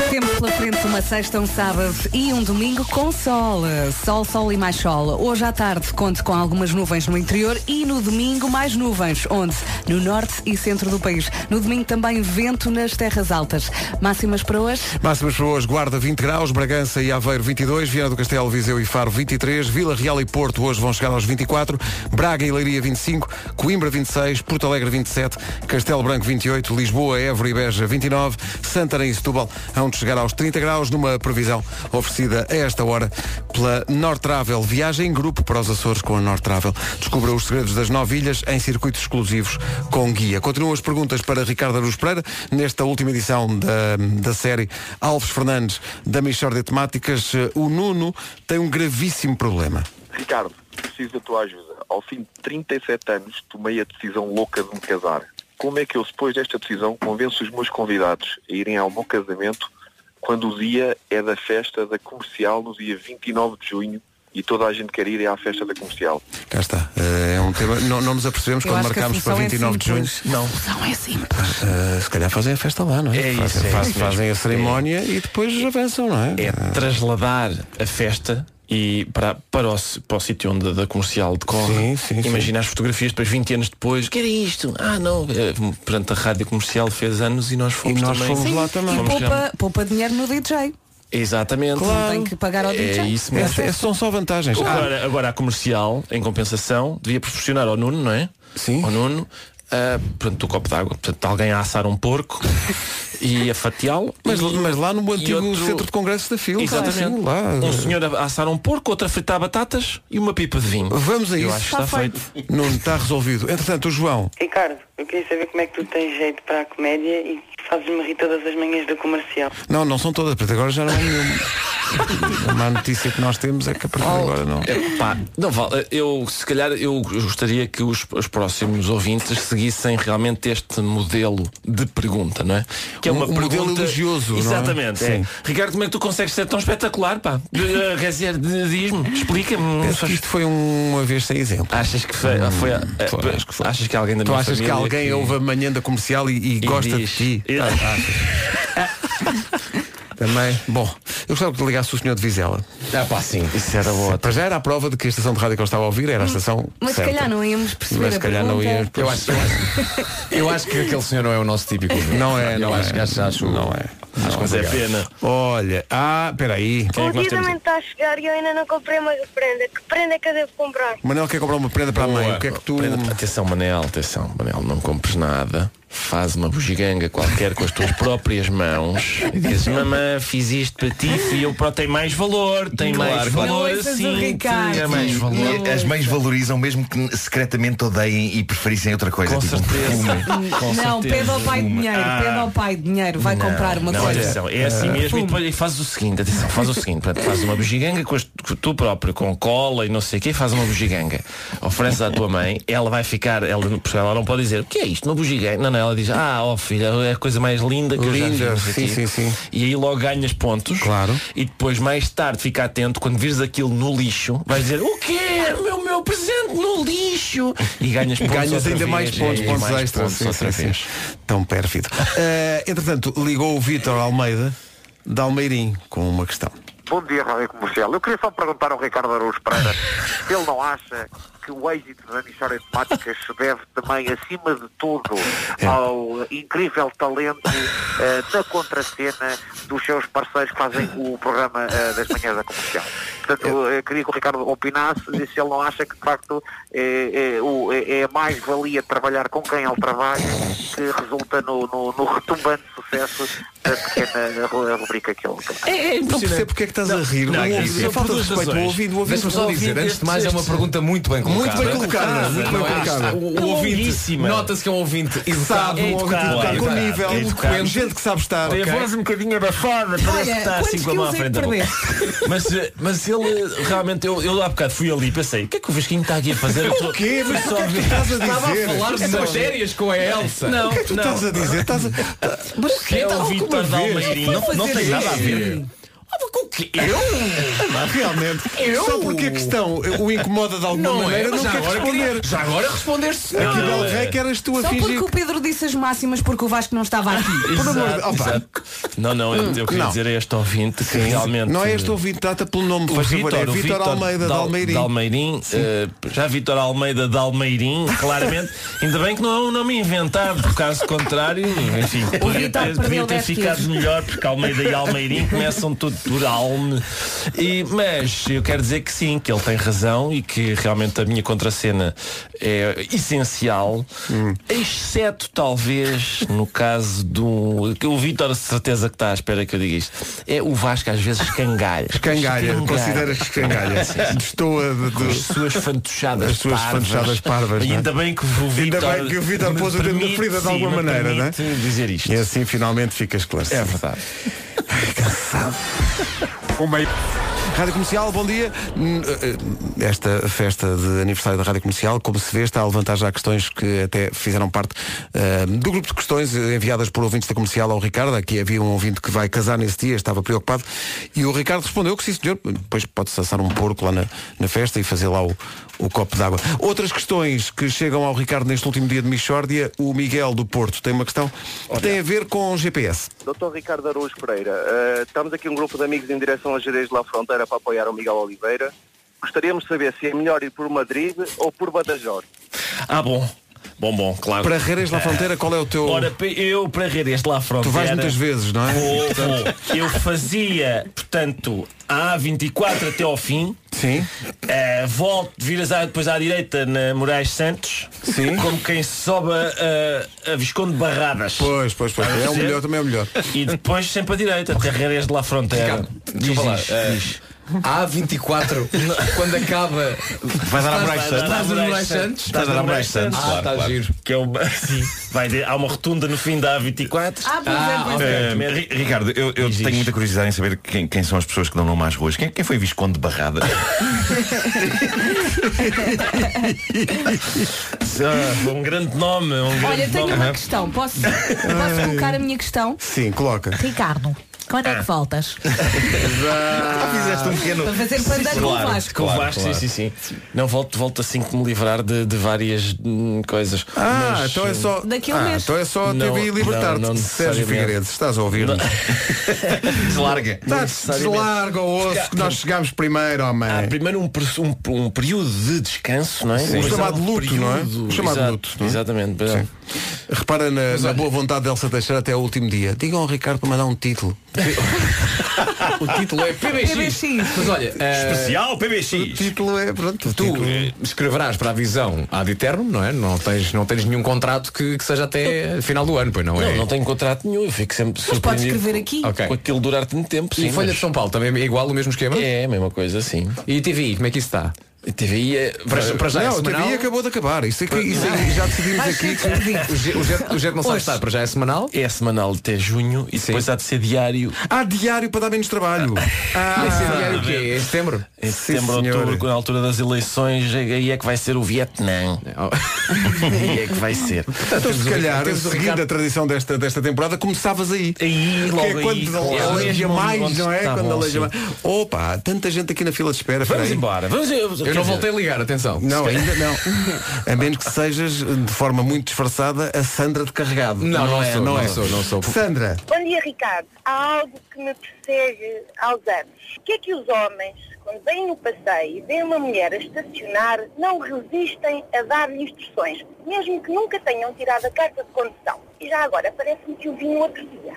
Temos pela frente uma sexta, um sábado e um domingo com sol. Sol, sol e mais sol. Hoje à tarde conto com algumas nuvens no interior e no domingo mais nuvens, onde? No norte e centro do país. No domingo também vento nas terras altas. Máximas para hoje?
Máximas para hoje, Guarda 20 graus, Bragança e Aveiro 22, Viana do Castelo, Viseu e Faro 23, Vila Real e Porto hoje vão chegar aos 24, Braga e Leiria 25, Coimbra 26, Porto Alegre 27, Castelo Branco 28, Lisboa, Évora e Beja 29, Santarém e Setúbal hão de chegar aos 30 graus numa previsão oferecida a esta hora pela North Travel, viagem em grupo para os Açores com a North Travel. Descubra os segredos das nove ilhas em circuitos exclusivos com guia. Continuam as perguntas para Ricardo Aruz Pereira nesta última edição da, da série Alves Fernandes da Michórdia de Temáticas. eh, O Nuno tem um gravíssimo problema.
Ricardo, preciso da tua ajuda. Ao fim de 37 anos, tomei a decisão louca de me casar. Como é que eu, depois desta decisão, convenço os meus convidados a irem ao meu casamento quando o dia é da festa da comercial, no dia 29 de junho, e toda a gente quer ir à festa da comercial?
Cá está. eh, É um tema. Não, não nos apercebemos
Eu
quando
acho que a
marcámos para
solução é
29 de junho.
simples.
Não.
Não é assim.
Eh, se calhar fazem a festa lá, não é?
É isso,
fazem,
é
faz-
isso mesmo.
fazem a cerimónia e depois avançam, não é?
É trasladar a festa e para, para, o, s- para o sítio onde da comercial decorre. Imagina as fotografias depois 20 anos depois. O que era isto? Ah, não. Eh, Portanto, a rádio comercial fez anos e nós fomos
nós
também.
fomos lá também.
E
Fomos
poupa, poupa dinheiro no DJ.
Exatamente.
Não tem que pagar ao DJ.
É isso mesmo.
É- é- são só vantagens. Ah,
Agora, agora a comercial, em compensação, devia proporcionar ao Nuno, não é?
Sim.
Ao Nuno. ah, portanto, o copo d'água, portanto, alguém a assar um porco e a fatiá-lo.
Mas-
E-
mas lá no
e
antigo centro de congressos da FIL,
Exatamente.
assim, lá.
Um senhor a assar um porco, outro a fritar batatas e uma pipa de vinho.
Vamos a
Eu
isso.
acho que está feito.
Nuno, está resolvido. Entretanto, o João.
Ricardo, eu queria saber como é que tu tens jeito para a comédia e fazes-me rir todas as manhãs do comercial.
Não, não são todas, portanto, agora já não há nenhuma. A má notícia que nós temos é que a partir de agora não.
Pá, não vale. Eu, se calhar, eu gostaria que os, os próximos ouvintes seguissem realmente este modelo de pergunta, não é? Que é
Um-
uma
um modelo
pergunta.
elogioso, não é?
Exatamente. é.
Sim.
Ricardo, como é que tu consegues ser tão espetacular, pá? Eh, Rezer, diz-me, explica-me.
Penso que isto foi uma vez sem exemplo. Hum,
Achas que foi? foi, a- eh, Achas que alguém da
Tu
minha
achas que
família
alguém
que-
ouve a manhã da comercial e, e
E
gosta
diz.
de ti?
E-
Ah, Também. Bom, eu gostava que ligasse o senhor de Vizela.
Ah, pá, sim.
Isso era boa. Para já era a prova de que a estação de rádio que eu estava a ouvir era a estação.
Hum. Mas se
certa.
calhar não íamos perceber
um Mas se
a
calhar não íamos.
pergunta.
Eu acho, eu, acho, eu acho que aquele senhor não é o nosso típico. ouvinte.
Não é,
Eu
não
acho,
é.
Acho, acho,
não é.
Acho
Não, obrigado. Olha, ah, peraí.
é
o dia também está a chegar e eu ainda não comprei uma prenda. Que prenda é que eu devo comprar?
Manel quer comprar uma prenda para a mãe. O que é que tu.
Prenda- Atenção, Manel, atenção, Manel, não compres nada. Faz uma bugiganga qualquer com as tuas próprias mãos e dizes, mamã, fiz isto para ti, fui eu para tem mais valor, tem mais valor assim. Tem mais valor.
E As mães valorizam mesmo que secretamente odeiem e preferissem outra coisa. tipo Com certeza. Ah.
não, pede ao pai dinheiro,
Ah,
pede ao pai dinheiro, vai
Não,
comprar uma
não,
coisa. Ah.
atenção, é assim mesmo e depois e faz o seguinte, atenção, faz o seguinte, portanto, faz uma bugiganga com as- com tu próprio, com cola e não sei o quê, faz uma bugiganga. Ofereces à tua mãe, ela vai ficar, ela, não- ela não pode dizer, o que é isto? Uma bugiganga? Não, não, ela diz, ah, ó filha, é a coisa mais linda que eu já vi,
Linda,
não sei o
sim,
quê."
sim, sim.
E aí logo ganhas pontos. Claro. E depois mais tarde fica atento, quando vires aquilo no lixo, vais dizer, é o quê? Meu, meu presente no lixo. E ganhas pontos.
Ganhas
outra
ainda
vez,
mais
e
pontos,
aí
pontos
mais
extra.
pontos
Sim,
outra
sim,
vez.
sim. Tão pérfido. Eh, entretanto, ligou o Vítor Almeida de Almeirim com uma questão.
Bom dia, Rádio Comercial. Eu queria só perguntar ao Ricardo Araújo Pereira se ele não acha que o êxito da Michória de Temáticas se deve também, acima de tudo, ao incrível talento eh, na contracena dos seus parceiros que fazem o programa eh, das manhãs da comercial. Portanto, eu queria que o Ricardo opinasse e se ele não acha que, de facto, é, é, o- é- é mais valia trabalhar com quem ele trabalha que resulta no, no- no retumbante sucesso da pequena ru- rubrica que ele tem.
É, não percebo porque é que estás a rir.
Não,
O
é que
ouvido-
isso é
eu falta
por
de
duas
respeito ao
razões.
ouvido. O ouvido
Deixa-me só
o
dizer,
ouvido-
antes de mais, é uma pergunta muito bem colocada.
Muito bem colocada, muito bem
Não é?
colocada.
O, o ouvinte,
Longuíssima.
nota-se que é um ouvinte um educado,
Sabe, um ouvinte educado, com nível, eloquente, gente que sabe estar.
Tem a voz um bocadinho abafada, parece
Olha,
que está assim
quantos
com a mão à
quilos é
frente
que
da boca. Mas, eh, mas ele eh, realmente, eu, eu há bocado fui ali e pensei, o que é que o Vasquinho está aqui a fazer?
O quê? Mas o que é que tu estás a
Estava
dizer?
falar de
Então,
matérias com a Elsa.
o que é que tu estás a dizer? Estás a...
Mas o
que
é
Tá
o
alguma
Vitor
vez?
Dalmeirinho? Não, não tem nada a ver. Eu?
Ah, Realmente.
Eu?
Só porque a questão o incomoda de alguma
Não é,
maneira, não
mas já
quer
agora
responder.
queria- já agora respondeste.
Aqui
Não,
Del
não é.
Rey que eras tu a
Só
fingir.
porque o Pedro disse as máximas porque o Vasco não estava aqui.
Por amor de-
Exato,
opa.
exato. Não, não, eu, eu queria
Não.
dizer a este ouvinte que
Sim.
realmente.
Não é este ouvinte, trata pelo nome, faz favor, é Vítor Almeida de
Dal-
Almeirim.
de Almeirim, eh, já Vítor Almeida de Almeirim, claramente. Ainda bem que não é um nome inventado, por caso contrário, enfim, podia
Vítor
ter,
perdeu
podia ter
10
ficado
quilos.
melhor, porque Almeida e Almeirim começam tudo por Alme. E, mas eu quero dizer que sim, que ele tem razão e que realmente a minha contracena é essencial, exceto talvez no caso do. que O Vítor, de certeza que está à espera que eu diga isto. É o Vasco às vezes escangalha.
Escangalha, consideras escangalha.
Sim, sim.
Destoa de,
Com as suas fantochadas
As suas
parvas.
fantochadas parvas.
E
não é?
ainda bem que o
Ainda
Vítor
bem que o Vítor
me
pôs o dedo na
permite,
ferida de
sim,
alguma
me
maneira, não é?
permite dizer isto.
E assim finalmente fica esclarecido.
É verdade.
Um meio. Rádio Comercial, bom dia. Hum, eh, eh, Esta festa de aniversário da Rádio Comercial, como se vê, está a levantar já questões que até fizeram parte eh, do grupo de questões eh, enviadas por ouvintes da Comercial ao Ricardo. Aqui havia um ouvinte que vai casar nesse dia, estava preocupado. E o Ricardo respondeu que sim, senhor, depois pode-se assar um porco lá na, na festa e fazer lá o, o copo d'água. Outras questões que chegam ao Ricardo neste último dia de Michórdia, o Miguel do Porto tem uma questão que tem a ver com GPS.
Doutor Ricardo Araújo Pereira, eh, estamos aqui um grupo de amigos em direção a Jerez de La Fronteira para apoiar o Miguel Oliveira. Gostaríamos de saber se é melhor ir por Madrid ou por Badajoz.
Ah, bom. Bom, bom, claro.
Para Reres La Fronteira, qual é o teu.
Ora, pe- eu para Reres La Fronteira.
Tu vais muitas vezes, não é?
Vou,
Portanto-
vou. Eu fazia, portanto, a A24 até ao fim.
Sim.
Eh, volto, viras à- depois à direita na Moraes Santos.
Sim.
Como quem sobe a, a Visconde Barradas.
Pois, pois, pois.
Estás a
É o
perceber?
melhor, também é o melhor.
E depois sempre à direita, até Reres de La Fronteira.
Ricardo, deixa eu falar, eh, A24, quando acaba.
Vai dar a Moraes
Estás-
Santos.
Estás a Moraes Santos?
Estás a dar a Moraes Santos.
Ah, está giro.
Que é uma, sim, vai ter- há uma rotunda no fim da A24.
Ah, pois é, pois é.
Eh, Ri- Ricardo, eu, eu tenho muita curiosidade em saber quem, quem são as pessoas que dão nome às ruas. Quem, quem foi Visconde de Barrada?
é
Ah, um grande nome. Um grande
Olha, tenho
nome.
uma questão. Posso, posso colocar a minha questão?
Sim, coloca.
Ricardo, quando é que voltas?
Ah. Fizeste um pequeno.
Para fazer pandan com o Vasco.
Com o Vasco, sim, sim, sim. Não volto, volto assim que me livrar de, de várias hum, coisas. hum,
Ah, então é só.
um
Daquele
ah,
um mês.
então é só
Não,
TV e libertar-te.
não, não
Sérgio
necessariamente.
Figueiredo, se estás a ouvir-me.
Deslarga.
Tá, Deslarga o osso que nós chegámos primeiro, homem.
Há primeiro um, per- um- um período de descanso, não é?
Sim. O
Mas há
chamado
um
luto, não é?
período-
O chamado
Exato,
luto, não é?
Exatamente. pois é.
Sim. Repara na, na boa vontade de Elsa Teixeira até o último dia. Digam ao Ricardo para mandar um título.
O título é PBX. Mas olha, eh,
PBX.
O título é, pronto, o
Tu
título.
eh, escreverás para a visão ad eternum, não é? Não tens, não tens nenhum contrato que, que seja até final do ano, pois não,
Não,
é?
não tenho contrato nenhum, eu fico sempre
Mas podes
surpreendido
escrever aqui.
Ok.
com aquilo durar tanto tempo.
E Folha de São Paulo também é igual o mesmo esquema?
É, a mesma coisa, sim.
E TVI, como é que isso está?
TVI é.
Para, para já é
não, o
semanal.
TV acabou de acabar. Isso, é que, isso é que já decidimos aqui.
O Ge- o Ge- O Jet não sabe
Hoje.
estar, para já é semanal?
É semanal até junho e depois há de ser diário
Há diário para dar menos trabalho.
Vai ser diário
Ah,
o quê? Em setembro?
em setembro,
senhora.
outubro, na altura das eleições, aí é que vai ser o Vietnã. aí é que vai ser.
então,
temos
se
o
calhar,
Ricardo- temos o
seguindo
Ricardo.
a tradição desta, desta temporada, começavas aí.
Aí,
que
logo
é
aí,
quando
claro.
aleja
Mesmo
mais,
onde
não é?
está
quando
bom,
aleja mais.
sim.
Opa, há tanta gente aqui na fila de espera.
Vamos
peraí.
embora. Vamos,
Eu não voltei a ligar, atenção.
Não,
Se calhar-
ainda não. A menos que sejas, de forma muito disfarçada, a Sandra de Carregado. é,
Não, não sou, não sou, não sou.
Sandra,
Bom dia, Ricardo. Há algo que me persegue aos anos. O que é que os homens, quando vêm no passeio e veem uma mulher a estacionar, não resistem a dar-lhe instruções, mesmo que nunca tenham tirado a carta de condução? E já agora, parece-me que o vi no outro dia.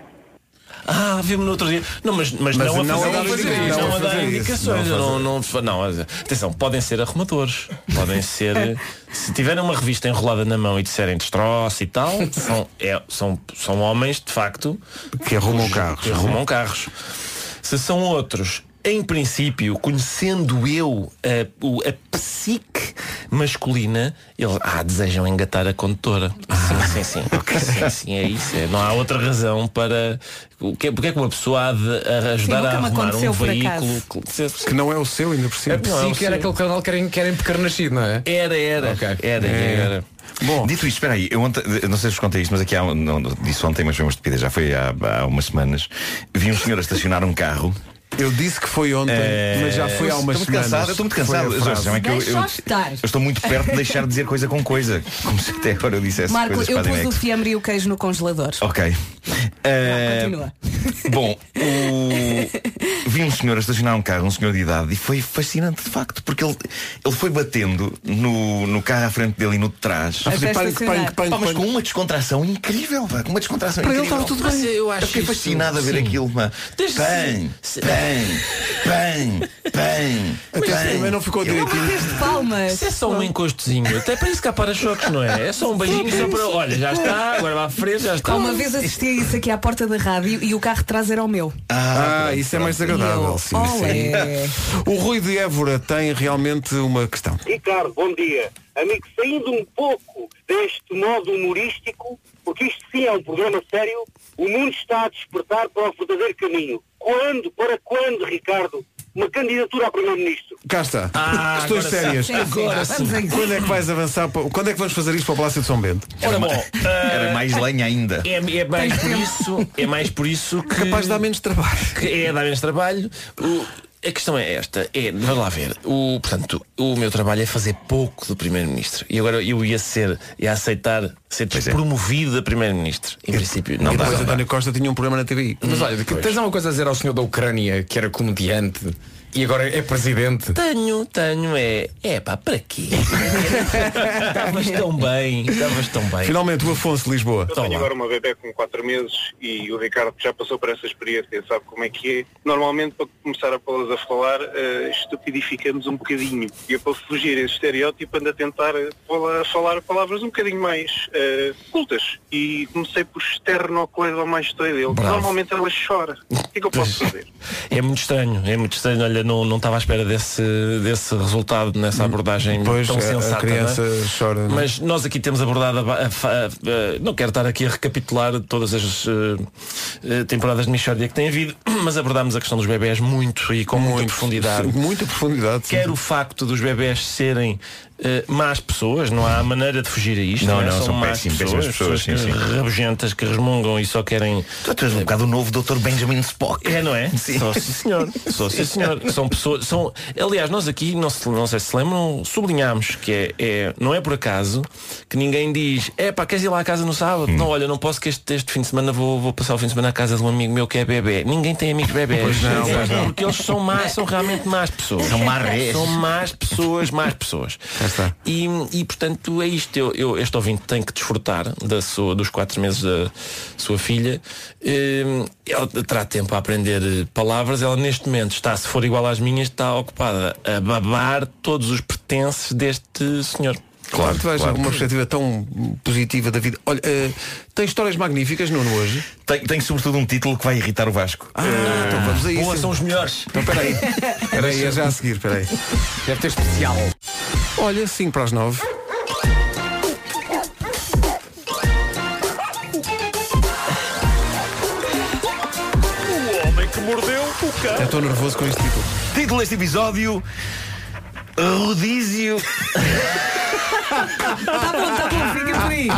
Ah, vi-me no outro dia. Não, mas, mas,
Mas
não,
não
a
a
fazer,
fazer
indicações,
isso,
não, a
não a
dar
fazer isso,
indicações.
não a
Não, não, não, atenção, podem ser arrumadores. Podem ser. se tiverem uma revista enrolada na mão e disserem destroço e tal, são, é, são, são homens, de facto,
que arrumam carros.
que arrumam carros. Se são outros, em princípio, conhecendo eu a, o- a psique masculina, eles ah, desejam engatar a condutora.
Ah,
Sim, sim, sim. Sim, sim, é isso. é. Não há outra razão para. O que, é- porque é que uma pessoa há de a- ajudar
nunca
a
me
arrumar
aconteceu,
um
por
veículo?
Que não é o seu, ainda por cima.
A psique era aquele canal que querem, querem pecar nascido, não é?
Era, era.
Ok.
Era, era.
Bom,
É. Dito isto, espera aí, eu ontem, eu não sei se vos contei isto, mas aqui há, um- não, disse ontem, mas foi uma estupidez, já foi há, há umas semanas. Vi um senhor a estacionar um carro.
eu disse que foi ontem,
eh,
mas já foi há umas
estou muito
semanas.
cansado, eu estou muito
Foi a
cansado.
frase.
Jorge, é que eu,
Deixa
eu-
só estar.
eu estou muito perto de deixar de dizer coisa com coisa. Como se até agora eu dissesse
Marco,
coisas
eu
para a
pus
Dinex.
o fiambre e o queijo no congelador.
Ok. Eh,
Continua.
Bom, o- vi um senhor a estacionar um carro, um senhor de idade, e foi fascinante de facto, porque ele, ele foi batendo no, no carro à frente dele e no de trás.
Até
Fazer punk,
estacionar.
punk, punk,
Pá, mas
punk.
com uma descontração incrível, pá, com uma descontração
Para ele
incrível.
estava tudo bem.
eu
Eu fiquei fascinado a ver aquilo, pá.
Desde
Bem,
se-
bem, bem, bem.
Até assim, mas não ficou
Não
direitinho.
bateste palmas.
Isso é só um encostozinho. Até para isso cá para choques, não é? É só um beijinho só para. Olha, já está, agora vai à frente, já está.
Há uma vez assisti a isso aqui à porta da rádio e o carro de trás era o meu.
Ah, isso é mais desagradável.
eu,
Sim, sim.
olé.
O Rui de Évora tem realmente uma questão.
Ricardo, bom dia. Amigo, saindo um pouco deste modo humorístico, porque isto sim é um programa sério, o mundo está a despertar para o verdadeiro caminho. Quando, para quando, Ricardo, uma candidatura a Primeiro-Ministro?
Cá está.
Ah,
Questões
agora
sérias.
sim. Agora sim. Vamos a isso.
Quando é que vais avançar? para- Quando é que vamos fazer isto para o Palácio de São Bento?
Ora bom, ah,
Era mais lenha ainda.
é, é mais por isso, é mais por isso que,
Capaz de dar menos trabalho.
que é dar menos trabalho. O- a questão é esta, é, vamos lá ver, o, portanto, o meu trabalho é fazer pouco do Primeiro-Ministro. E agora eu ia ser, ia aceitar ser
é.
promovido a Primeiro-Ministro. Em princípio, não
E
dá.
depois
não
a
dá.
Dani Costa tinha um programa na TVI.
Mas olha, que tens alguma coisa a dizer ao senhor da Ucrânia que era comediante e agora é presidente?
Tenho, tenho, é. É pá, para quê? Estavas
então,
tão bem, estavas tão bem.
Finalmente o Afonso de Lisboa.
Então lá.
agora uma bebé com 4 meses e o Ricardo já passou por essa experiência, sabe como é que é. Normalmente, para começar a pô-las a falar, eh, estupidificamos um bocadinho. E eu, para fugir a esse estereótipo, ando a tentar eh, pô-la a falar palavras um bocadinho mais eh, cultas. E comecei por externo ao coisa mais dele. Normalmente ela chora.
que é que eu posso fazer?
É muito estranho, é muito estranho. Olha, não, não estava à espera desse, desse resultado nessa abordagem
Pois,
tão
eh, a- a
sensata.
criança
não é?
chora, não é?
Mas nós aqui temos abordado. a ba- a fa- a- não quero estar aqui a recapitular todas as eh, eh, temporadas de Michórdia que tem havido, mas abordámos a questão dos bebés muito e com muita profundidade.
Muita profundidade.
Quer o facto dos bebés serem eh, más pessoas, não há maneira de fugir a isto.
Não,
é?
não, são
más
péssimas, péssimas pessoas,
pessoas
sim,
que
sim.
rabugentas que resmungam e só querem.
Tu és um bocado o novo Dr. Benjamin Spock.
É, não é?
Sim.
Só sim, senhor. Só sim, senhor. São pessoas. São... Aliás, nós aqui, não, se, não sei se se lembram, sublinhámos que é, é- não é por acaso que ninguém diz, é pá, queres ir lá à casa no
Hum.
sábado? Não, olha, não posso que este, este fim de semana vou, vou passar o fim de semana à casa de um amigo meu que é bebê. Ninguém tem amigos bebés.
Pois não,
É
pois não.
Porque eles são más, são realmente más pessoas.
São marrês.
São más pessoas, más pessoas. E, e, portanto é isto. Eu, eu- este ouvinte tem que desfrutar da sua, dos quatro meses da sua filha. Hum, Ela terá tempo a aprender eh, palavras. Ela neste momento está, se for igual às minhas, está ocupada a babar todos os pertences deste senhor.
Claro, tu vais
claro.
uma perspectiva tão positiva da vida. Olha, eh, tem histórias magníficas, Nuno, hoje?
Tem, tem sobretudo um título que vai irritar o Vasco.
Ah, então vamos a isso.
Boa, são
os melhores.
Então peraí. Peraí, é já a seguir, peraí.
Deve ter especial.
Olha, 5 para as 9.
O homem que mordeu o
Eu estou nervoso com este título.
Título deste episódio. Rodízio.
Tá bom, tá bom, fica por aí.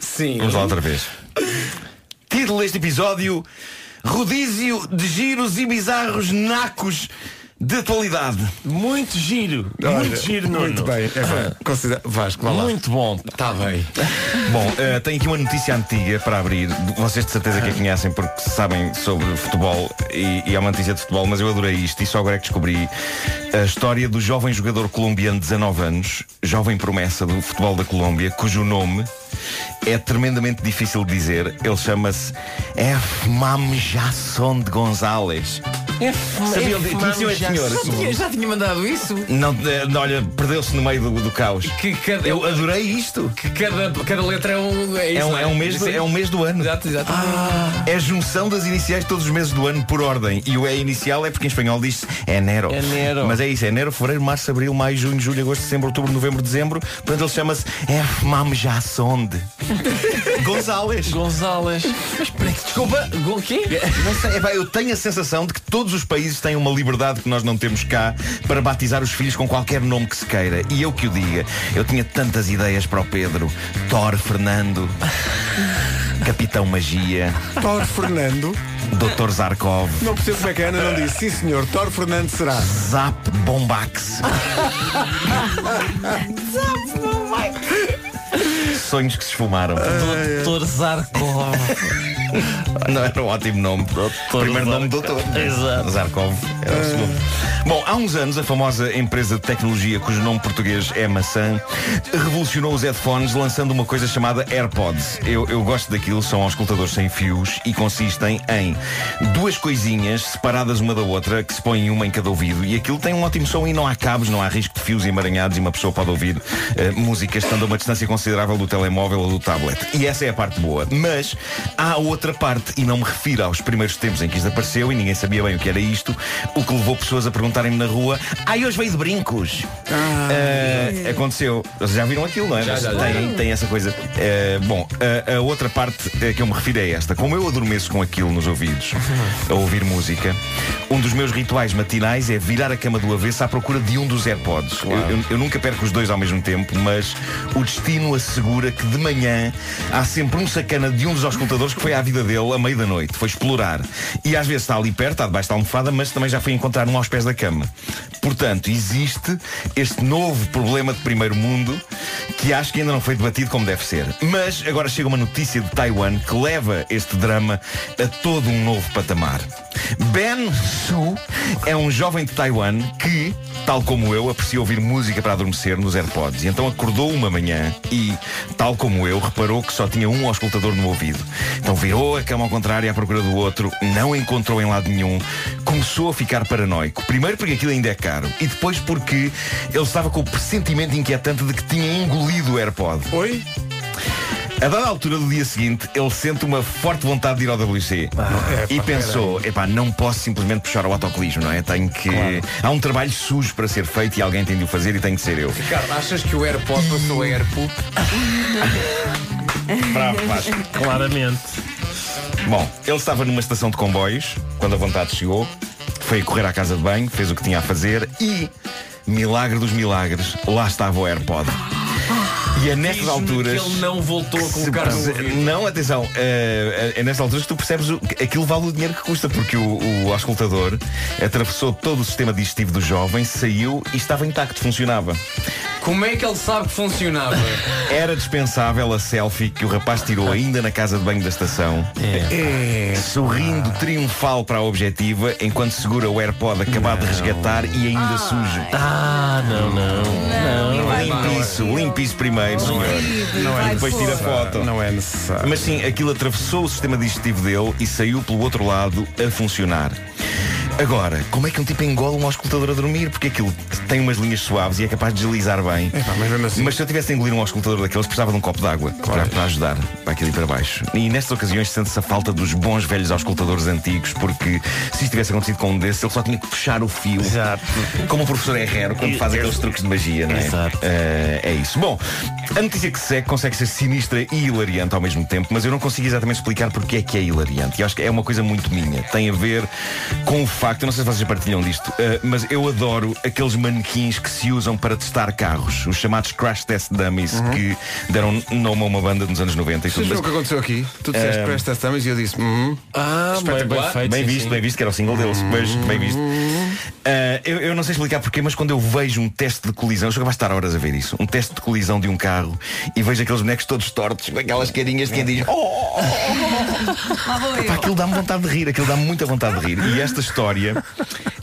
Sim. Vamos lá outra vez. Título deste episódio: Rodízio de giros e bizarros nacos de atualidade.
Muito giro.
Olha,
muito giro, Nuno.
muito bem. É bem.
Considera... Vasco,
vá lá.
Muito bom.
Está bem. Bom, eh, tenho aqui uma notícia antiga para abrir. Vocês de certeza que a conhecem porque sabem sobre futebol e, e é uma notícia de futebol, mas eu adorei isto e só agora é que descobri a história do jovem jogador colombiano de 19 anos, jovem promessa do futebol da Colômbia, cujo nome é tremendamente difícil de dizer. Ele chama-se F. Mamjason de Gonzalez.
É um
Sabia onde- conheciam este senhor?
Já tinha mandado isso?
Não, eh, não, olha, perdeu-se no meio do, do caos. Eu adorei isto.
Que cada, cada letra é um. É,
É
isso,
um,
não
é um mês do,
Sim.
é um mês do ano.
Exato, exato.
É a junção das iniciais de todos os meses do ano por ordem. E o é inicial é porque em espanhol diz enero.
Enero.
Mas é isso, é enero, fevereiro, março, abril, maio, junho, julho, agosto, setembro, outubro, novembro, dezembro. Portanto, ele chama-se "É, F. Mamjassonde. Gonzales.
Gonzales. Mas peraí, desculpa, o quê?
Não sei, epá, eu tenho a sensação de que todos os países têm uma liberdade que nós não temos cá para batizar os filhos com qualquer nome que se queira. E eu que o diga, eu tinha tantas ideias para o Pedro. Thor Fernando. Capitão Magia.
Thor Fernando.
Dr. Zarkov.
Não percebo como é que a Ana não disse. Sim, senhor, Thor Fernando será.
Zap Bombax. Sonhos que se esfumaram.
Doutor Zarkov.
Não era um ótimo nome. Primeiro nome doutor. né?
Exato.
Zarkov era o segundo. Bom, há uns anos a famosa empresa de tecnologia cujo nome português é Maçã revolucionou os headphones lançando uma coisa chamada AirPods. Eu, eu gosto daquilo, são auscultadores sem fios e consistem em duas coisinhas separadas uma da outra que se põem uma em cada ouvido e aquilo tem um ótimo som e não há cabos, não há risco de fios emaranhados e uma pessoa pode ouvir eh, música estando a uma distância considerável do telemóvel ou do tablet. E essa é a parte boa. Mas há outra parte, e não me refiro aos primeiros tempos em que isto apareceu e ninguém sabia bem o que era isto, o que levou pessoas a perguntarem-me na rua, ai hoje veio de brincos. Eh, aconteceu. Vocês já viram aquilo, não é?
Já, já, já.
Tem, tem essa coisa. Eh, bom, a, a outra parte eh, que eu me refiro é esta. Como eu adormeço com aquilo nos ouvidos, a ouvir música, um dos meus rituais matinais é virar a cama do avesso à procura de um dos AirPods. Eu, eu- eu nunca perco os dois ao mesmo tempo, mas o destino assegura que de manhã há sempre um sacana de um dos auscultadores que foi à vida dele a meio da noite. Foi explorar. E às vezes está ali perto, está debaixo da almofada, mas também já foi encontrar um aos pés da cama. Portanto, existe este novo problema de primeiro mundo que acho que ainda não foi debatido como deve ser. Mas agora chega uma notícia de Taiwan que leva este drama a todo um novo patamar. Ben Su é um jovem de Taiwan que, tal como eu, aprecia ouvir música para adormecer nos AirPods. E então acordou uma manhã e, tal como eu, reparou que só tinha um auscultador no ouvido. Então virou a cama ao contrário à procura do outro, não encontrou em lado nenhum, começou a ficar paranoico. Primeiro porque aquilo ainda é caro e depois porque ele estava com o pressentimento inquietante de que tinha engolido o AirPod.
Oi?
A dada altura do dia seguinte, ele sente uma forte vontade de ir ao WC.
é,
e
pá,
pensou, epá, não posso simplesmente puxar o autocolismo, não é? Tenho que. Há um trabalho sujo para ser feito e alguém tem de o fazer e tem que ser eu.
Ricardo, achas que o AirPod passou a AirPoop?
Bravo, Vasco. Claramente. Bom, ele estava numa estação de comboios quando a vontade chegou, foi correr à casa de banho, fez o que tinha a fazer e, milagre dos milagres, lá estava o AirPod. E é nestas alturas.
que ele não voltou a
que se
colocar no
perce- Não, atenção, eh, é nestas alturas que tu percebes o... que aquilo vale o dinheiro que custa, porque o, o auscultador atravessou todo o sistema digestivo do jovem, saiu e estava intacto, funcionava.
Como é que ele sabe que funcionava?
Era dispensável a selfie que o rapaz tirou ainda na casa de banho da estação.
É.
Sorrindo triunfal para a objetiva, enquanto segura o AirPod acabado de resgatar e ainda sujo. Ah, não, não.
Não, não é
Limpe isso, limpe isso primeiro, senhor.
Não é
E depois tira
necessário.
foto.
Não é necessário.
Mas sim, aquilo atravessou o sistema digestivo dele e saiu pelo outro lado a funcionar. Agora, como é que um tipo engola um auscultador a dormir? Porque aquilo tem umas linhas suaves e é capaz de deslizar bem. mas,
assim-
se eu tivesse de engolir um auscultador daqueles, precisava de um copo de água para, para ajudar, para aquilo ir para baixo. E nestas ocasiões sente-se a falta dos bons velhos auscultadores antigos, porque se isto tivesse acontecido com um desses, ele só tinha que puxar o fio. Exato. Como o professor Herrero quando faz aqueles truques de magia, não é?
Exato.
Eh, é isso. Bom, a notícia que segue consegue ser sinistra e hilariante ao mesmo tempo, mas eu não consigo exatamente explicar porque é que é hilariante. E acho que é uma coisa muito minha. Tem a ver com o facto, eu não sei se vocês partilham disto, eh, mas eu adoro aqueles manequins que se usam para testar carros, os chamados crash test dummies, que deram nome a uma banda nos anos 90 e
Vocês
tudo
viram o
mas-
que aconteceu aqui? Tu disseste
Eh,
para estas tamas e eu disse, hum,
ah,
Espetacular. Bem visto, bem visto, que era o single deles, mas bem visto. Ah, eu, eu não sei explicar porquê, mas quando eu vejo um teste de colisão, eu sou capaz de estar horas a ver isso, um teste de colisão de um carro e vejo aqueles bonecos todos tortos, com aquelas carinhas de quem diz, oh,
Lá vou
Epá, aquilo dá-me vontade de rir, aquilo dá-me muita vontade de rir. E esta história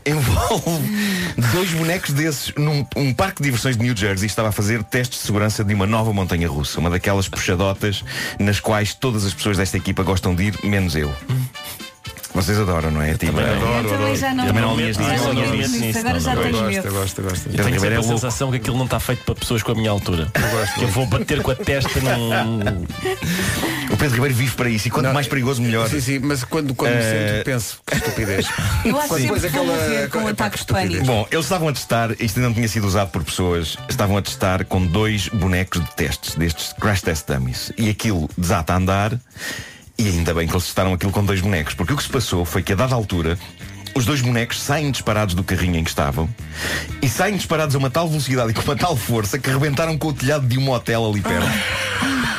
envolve dois bonecos desses num um parque de diversões de New Jersey estava a fazer testes de segurança de uma nova montanha russa, uma daquelas puxadotas nas quais todas as pessoas desta equipa gostam de ir, menos eu. Vocês adoram, não é? Tipo,
também. Eu também já não-
Também não alinhas
já
nisso,
não
não
alinhas
alinhas
nisso,
nisso.
agora
não,
já
não.
tenho
Gosto,
medo.
eu gosto, eu gosto.
Eu tenho
Pedro
sempre
Ribeiro
a
é louco.
sensação que aquilo não está feito para pessoas com a minha altura. que eu vou bater com a testa num.
O Pedro Ribeiro vive para isso e quanto mais perigoso, melhor.
Sim, sim, mas quando, quando me
Eh,
sento, penso, que estupidez.
Eu acho
Quando
que
depois
sempre vou morrer com ataques de pânico.
Bom, eles estavam a testar, isto ainda não tinha sido usado por pessoas, estavam a testar com dois bonecos de testes, destes crash test dummies. E aquilo desata a andar, e ainda bem que eles testaram aquilo com dois bonecos, porque o que se passou foi que a dada altura. Os dois bonecos saem disparados do carrinho em que estavam e saem disparados a uma tal velocidade e com uma tal força que rebentaram com o telhado de um hotel ali perto.
Ah.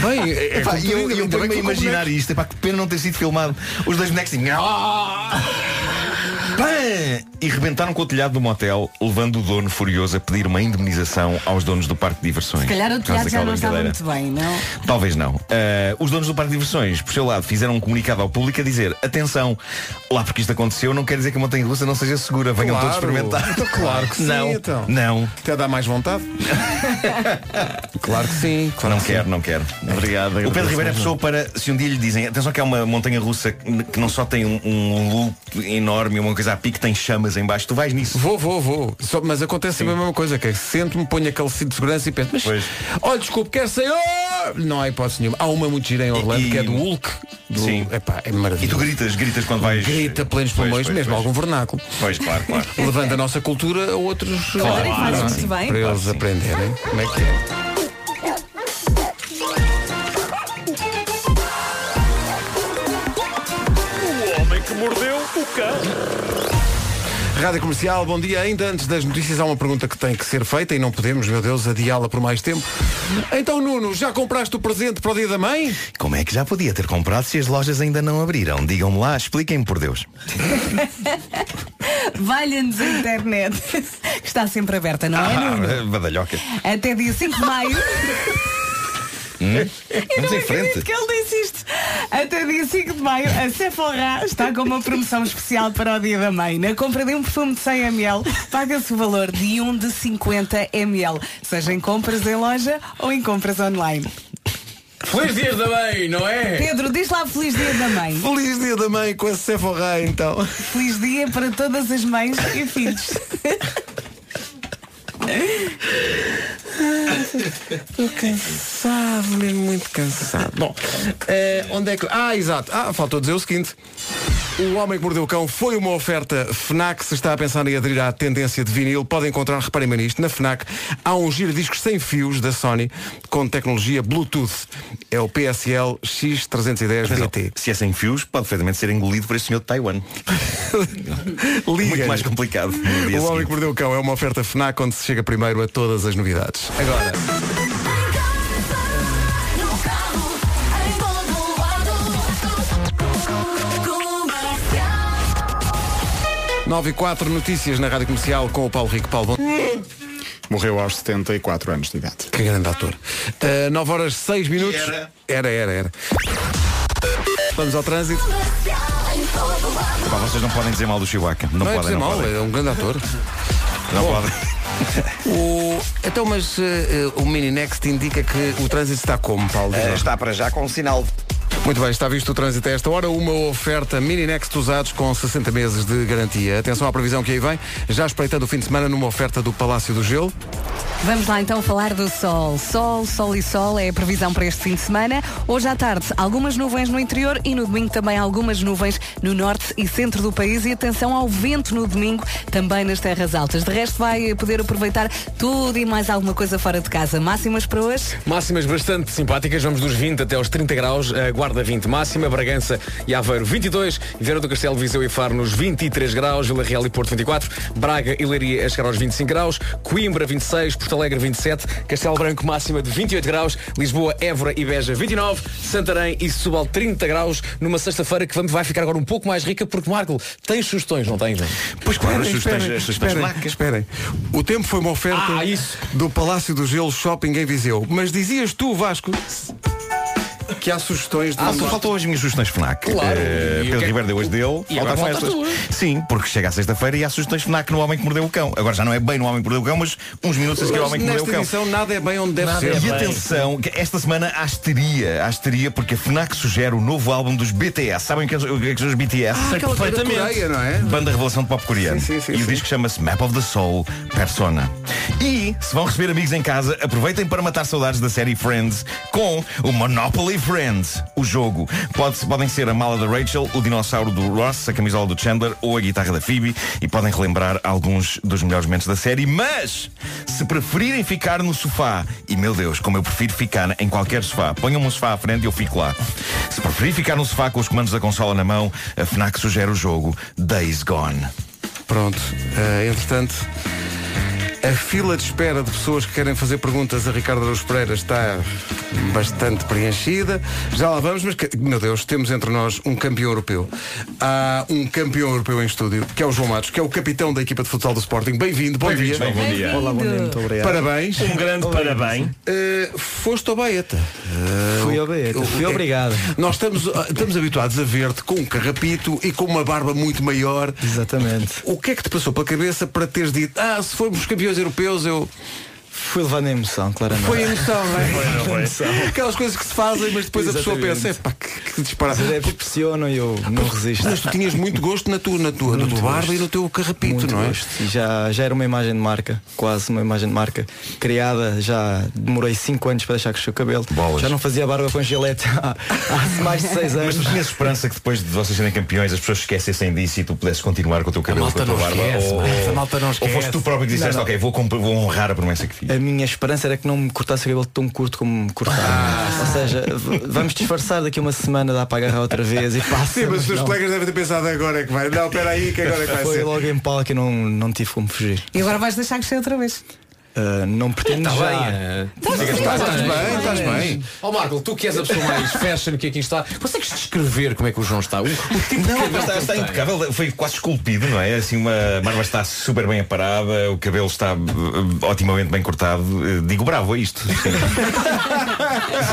Bem,
é,
como tu
e eu,
dizes, ainda
eu
bem
também
que foi
a
com
imaginar isto, epá, que pena não ter sido filmado. Os dois bonecos assim, "Ah!" Pã! e rebentaram com o telhado do motel, levando o dono furioso a pedir uma indemnização aos donos do parque de diversões.
Se calhar o
por causa
telhado já
daquela
não estava
brincadeira.
muito bem, não?
Talvez não. Ah, os donos do Parque de Diversões, por seu lado, fizeram um comunicado ao público a dizer atenção, lá porque isto aconteceu não quer dizer que a montanha russa não seja segura, venham
Claro.
todos experimentar.
Então, claro que sim,
Não,
então.
não.
Até dá mais vontade?
Claro que sim. não quero, não quero. Obrigado. O Pedro
agradeço,
Ribeiro é
mas
pessoa para, se um dia lhe dizem, atenção que é uma montanha russa que não só tem um, um loop enorme, uma coisa a pique, tem chamas em baixo, tu vais nisso.
Vou, vou, vou. Só- mas acontece sempre a mesma coisa, que é, sento-me, ponho aquele cinto de segurança e penso, mas olha, desculpe, quer sair? Oh! Não há hipótese nenhuma. Há uma muito gira em Orlando que é do Hulk. Do,
Sim.
Epá, é maravilhoso.
E tu gritas, gritas quando vais.
Grita plenos
Pois,
pulmões,
pois,
mesmo
pois.
algum vernáculo.
Pois, claro, claro.
Levando a nossa cultura a outros
Claro,
lugares,
e faz
não é?
muito bem.
Para
Claro
eles
que sim.
aprenderem como é que é.
O homem que mordeu o cão.
Rádio Comercial, bom dia. Ainda antes das notícias há uma pergunta que tem que ser feita e não podemos, meu Deus, adiá-la por mais tempo. Então, Nuno, já compraste o presente para o dia da mãe?
Como é que já podia ter comprado se as lojas ainda não abriram? Digam-me lá, expliquem-me por Deus.
Valha-nos a internet, que está sempre aberta, não é, Nuno?
Ah, badalhoca.
Até dia 5 de maio.
Hum?
Eu
Vamos
não
em frente.
acredito Então é que ele disse isto. Até dia 5 de maio, a Sephora está com uma promoção especial para o Dia da Mãe. Na compra de um perfume de 100 ml, paga-se o valor de um de 50 ml, seja em compras em loja ou em compras online.
Feliz dias da mãe, não é?
Pedro, diz lá Feliz Dia da Mãe.
Feliz Dia da Mãe com a Sephora, então.
Feliz dia para todas as mães e filhos.
Estou cansado, mesmo muito cansado. Bom, eh, onde é que. Ah, exato. Ah, faltou dizer o seguinte. O Homem que Mordeu o Cão foi uma oferta FNAC. Se está a pensar em aderir à tendência de vinil, pode encontrar, reparem bem nisto, na FNAC há um giradiscos sem fios da Sony com tecnologia Bluetooth. É o PSL X310 BT.
Se é sem fios, pode perfeitamente ser engolido por este senhor de Taiwan. Muito mais complicado. no dia
O Homem
seguinte.
que Mordeu o Cão é uma oferta FNAC onde se chega primeiro a todas as novidades. Agora.
Comercial.
9 e 4 notícias na Rádio Comercial com o Paulo Rico. Paulo, bom...
Morreu aos 74 anos de idade.
Que grande ator. Uh, 9 horas 6 minutos.
Era.
era, era, era. Vamos ao trânsito.
Pá, vocês não podem dizer mal do Chewbacca. Não,
Não é
podem,
dizer
não
mal,
podem.
é um grande ator.
Não
Bom.
podem.
O... Então, mas uh, uh, o Mini Next indica que o trânsito está como, Paulo?
Eh, está para já com um sinal
Muito bem, está visto o trânsito a esta hora. Uma oferta Mini Next usados com 60 meses de garantia. Atenção à previsão que aí vem. Já espreitando o fim de semana numa oferta do Palácio do Gelo.
Vamos lá então falar do sol. Sol, sol e sol é a previsão para este fim de semana. Hoje à tarde, algumas nuvens no interior e no domingo também algumas nuvens no norte e centro do país. E atenção ao vento no domingo, também nas terras altas. De resto, vai poder aproveitar tudo e mais alguma coisa fora de casa. Máximas para hoje?
Máximas bastante simpáticas, vamos dos 20 até aos 30 graus, a Guarda 20 máxima, Bragança e Aveiro 22, Vieira do Castelo, Viseu e Faro nos 23 graus, Vila Real e Porto 24, Braga e Leiria a chegar aos 25 graus, Coimbra 26, Porto Alegre 27, Castelo Branco máxima de 28 graus, Lisboa, Évora e Beja 29, Santarém e Setúbal 30 graus, numa sexta-feira que vamos- vai ficar agora um pouco mais rica porque Marco, tens sugestões, não tens?
Pois
Esperem, esperem, esperem, esperem. O tempo foi uma oferta
Ah,
do Palácio do Gelo Shopping em Viseu. Mas dizias tu, Vasco, que há sugestões de
Ah,
uma
só
moto.
faltam as minhas sugestões FNAC.
Claro.
Eh,
E o
Pedro
que é-
Ribeiro deu as dele.
E agora
faltam
faltas
estas. Sim, porque chega à sexta-feira e há sugestões FNAC no Homem que Mordeu o Cão. Agora já não é bem no Homem que Mordeu o Cão, mas uns minutos a seguir ao
Mas
Homem que Mordeu o
nesta
Cão.
edição nada é bem onde deve ser.
E atenção, que esta semana há histeria, há histeria porque a FNAC sugere o novo álbum dos BTS. Sabem o que, é- o que é que são os BTS?
Ah, aquela coisa da Coreia, não é?
Banda Revelação de Pop Coreano. e o disco chama-se Map of the Soul Persona. E, se vão receber amigos em casa, aproveitem para matar saudades da série Friends com o Monopoly Friends, o jogo. Pode, podem ser a mala da Rachel, o dinossauro do Ross, a camisola do Chandler ou a guitarra da Phoebe e podem relembrar alguns dos melhores momentos da série. Mas, se preferirem ficar no sofá, e meu Deus, como eu prefiro ficar em qualquer sofá, ponham-me um sofá à frente e eu fico lá. Se preferir ficar no sofá com os comandos da consola na mão, a FNAC sugere o jogo Days Gone.
Pronto, eh, entretanto, a fila de espera de pessoas que querem fazer perguntas a Ricardo Araújo Pereira está bastante preenchida. Já lá vamos, mas, que- meu Deus, temos entre nós um campeão europeu. Há um campeão europeu em estúdio, que é o João Matos, que é o capitão da equipa de futsal do Sporting. Bem-vindo, bom
Bem-vindo,
dia.
bem, bom dia. Bem-vindo. Olá, bom dia, muito obrigado.
Parabéns.
Um grande parabéns.
Eh, foste ao Baeta. Eh,
Fui
o-
ao Baeta,
o-
fui
é-
obrigado.
Nós estamos, ah, estamos habituados a ver-te com um carrapito e com uma barba muito maior.
Exatamente.
O que é que te passou pela cabeça para teres dito, ah, se formos campeões europeus, eu.
Fui levando a emoção, claramente.
Foi emoção, não é?
Foi, não foi.
Emoção. Aquelas coisas que se fazem, mas depois a pessoa
Exatamente.
pensa, é pá, que, que disparate.
As adeptos pressionam e eu não resisto.
Mas tu tinhas muito gosto na tua, na tua, na tua barba e no teu carrapito,
Muito
não é?
gosto. E já, já era uma imagem de marca, quase uma imagem de marca criada. Já demorei 5 anos para deixar crescer o cabelo. Já não fazia barba com gilete há, há mais de 6 anos.
Mas tu tinhas esperança que depois de vocês serem campeões as pessoas esquecessem disso e tu pudesses continuar com o teu cabelo,
malta
com a tua
não
barba.
esquece,
ou,
mas a malta não
ou foste
esquece.
tu próprio que disseste,
Não, não.
ok, vou, comp- vou honrar a promessa que fiz.
A minha esperança era que não me cortasse o cabelo tão curto como me cortaram.
Ah.
Ou seja, v- vamos disfarçar daqui uma semana, dá para agarrar outra vez e passa.
Sim, mas os teus
não.
colegas devem ter pensado agora é que vai. Não, espera aí, que agora é que vai
Foi
ser.
logo em pala que eu não, não tive como fugir.
E agora vais deixar crescer outra vez.
Ah, não pretendo
Tá
já.
bem, eh, diga-se, estás
tá
bem, estás bem. Ó Marco, tu que és a pessoa mais fashion que aqui está, consegues descrever como é que o João está? O, o tipo de
Não,
cabelo
mas está,
que
está
tem.
impecável, foi quase esculpido, não é? Assim, uma a barba está super bem aparada, o cabelo está eh, otimamente bem cortado. Eh, Digo bravo a isto.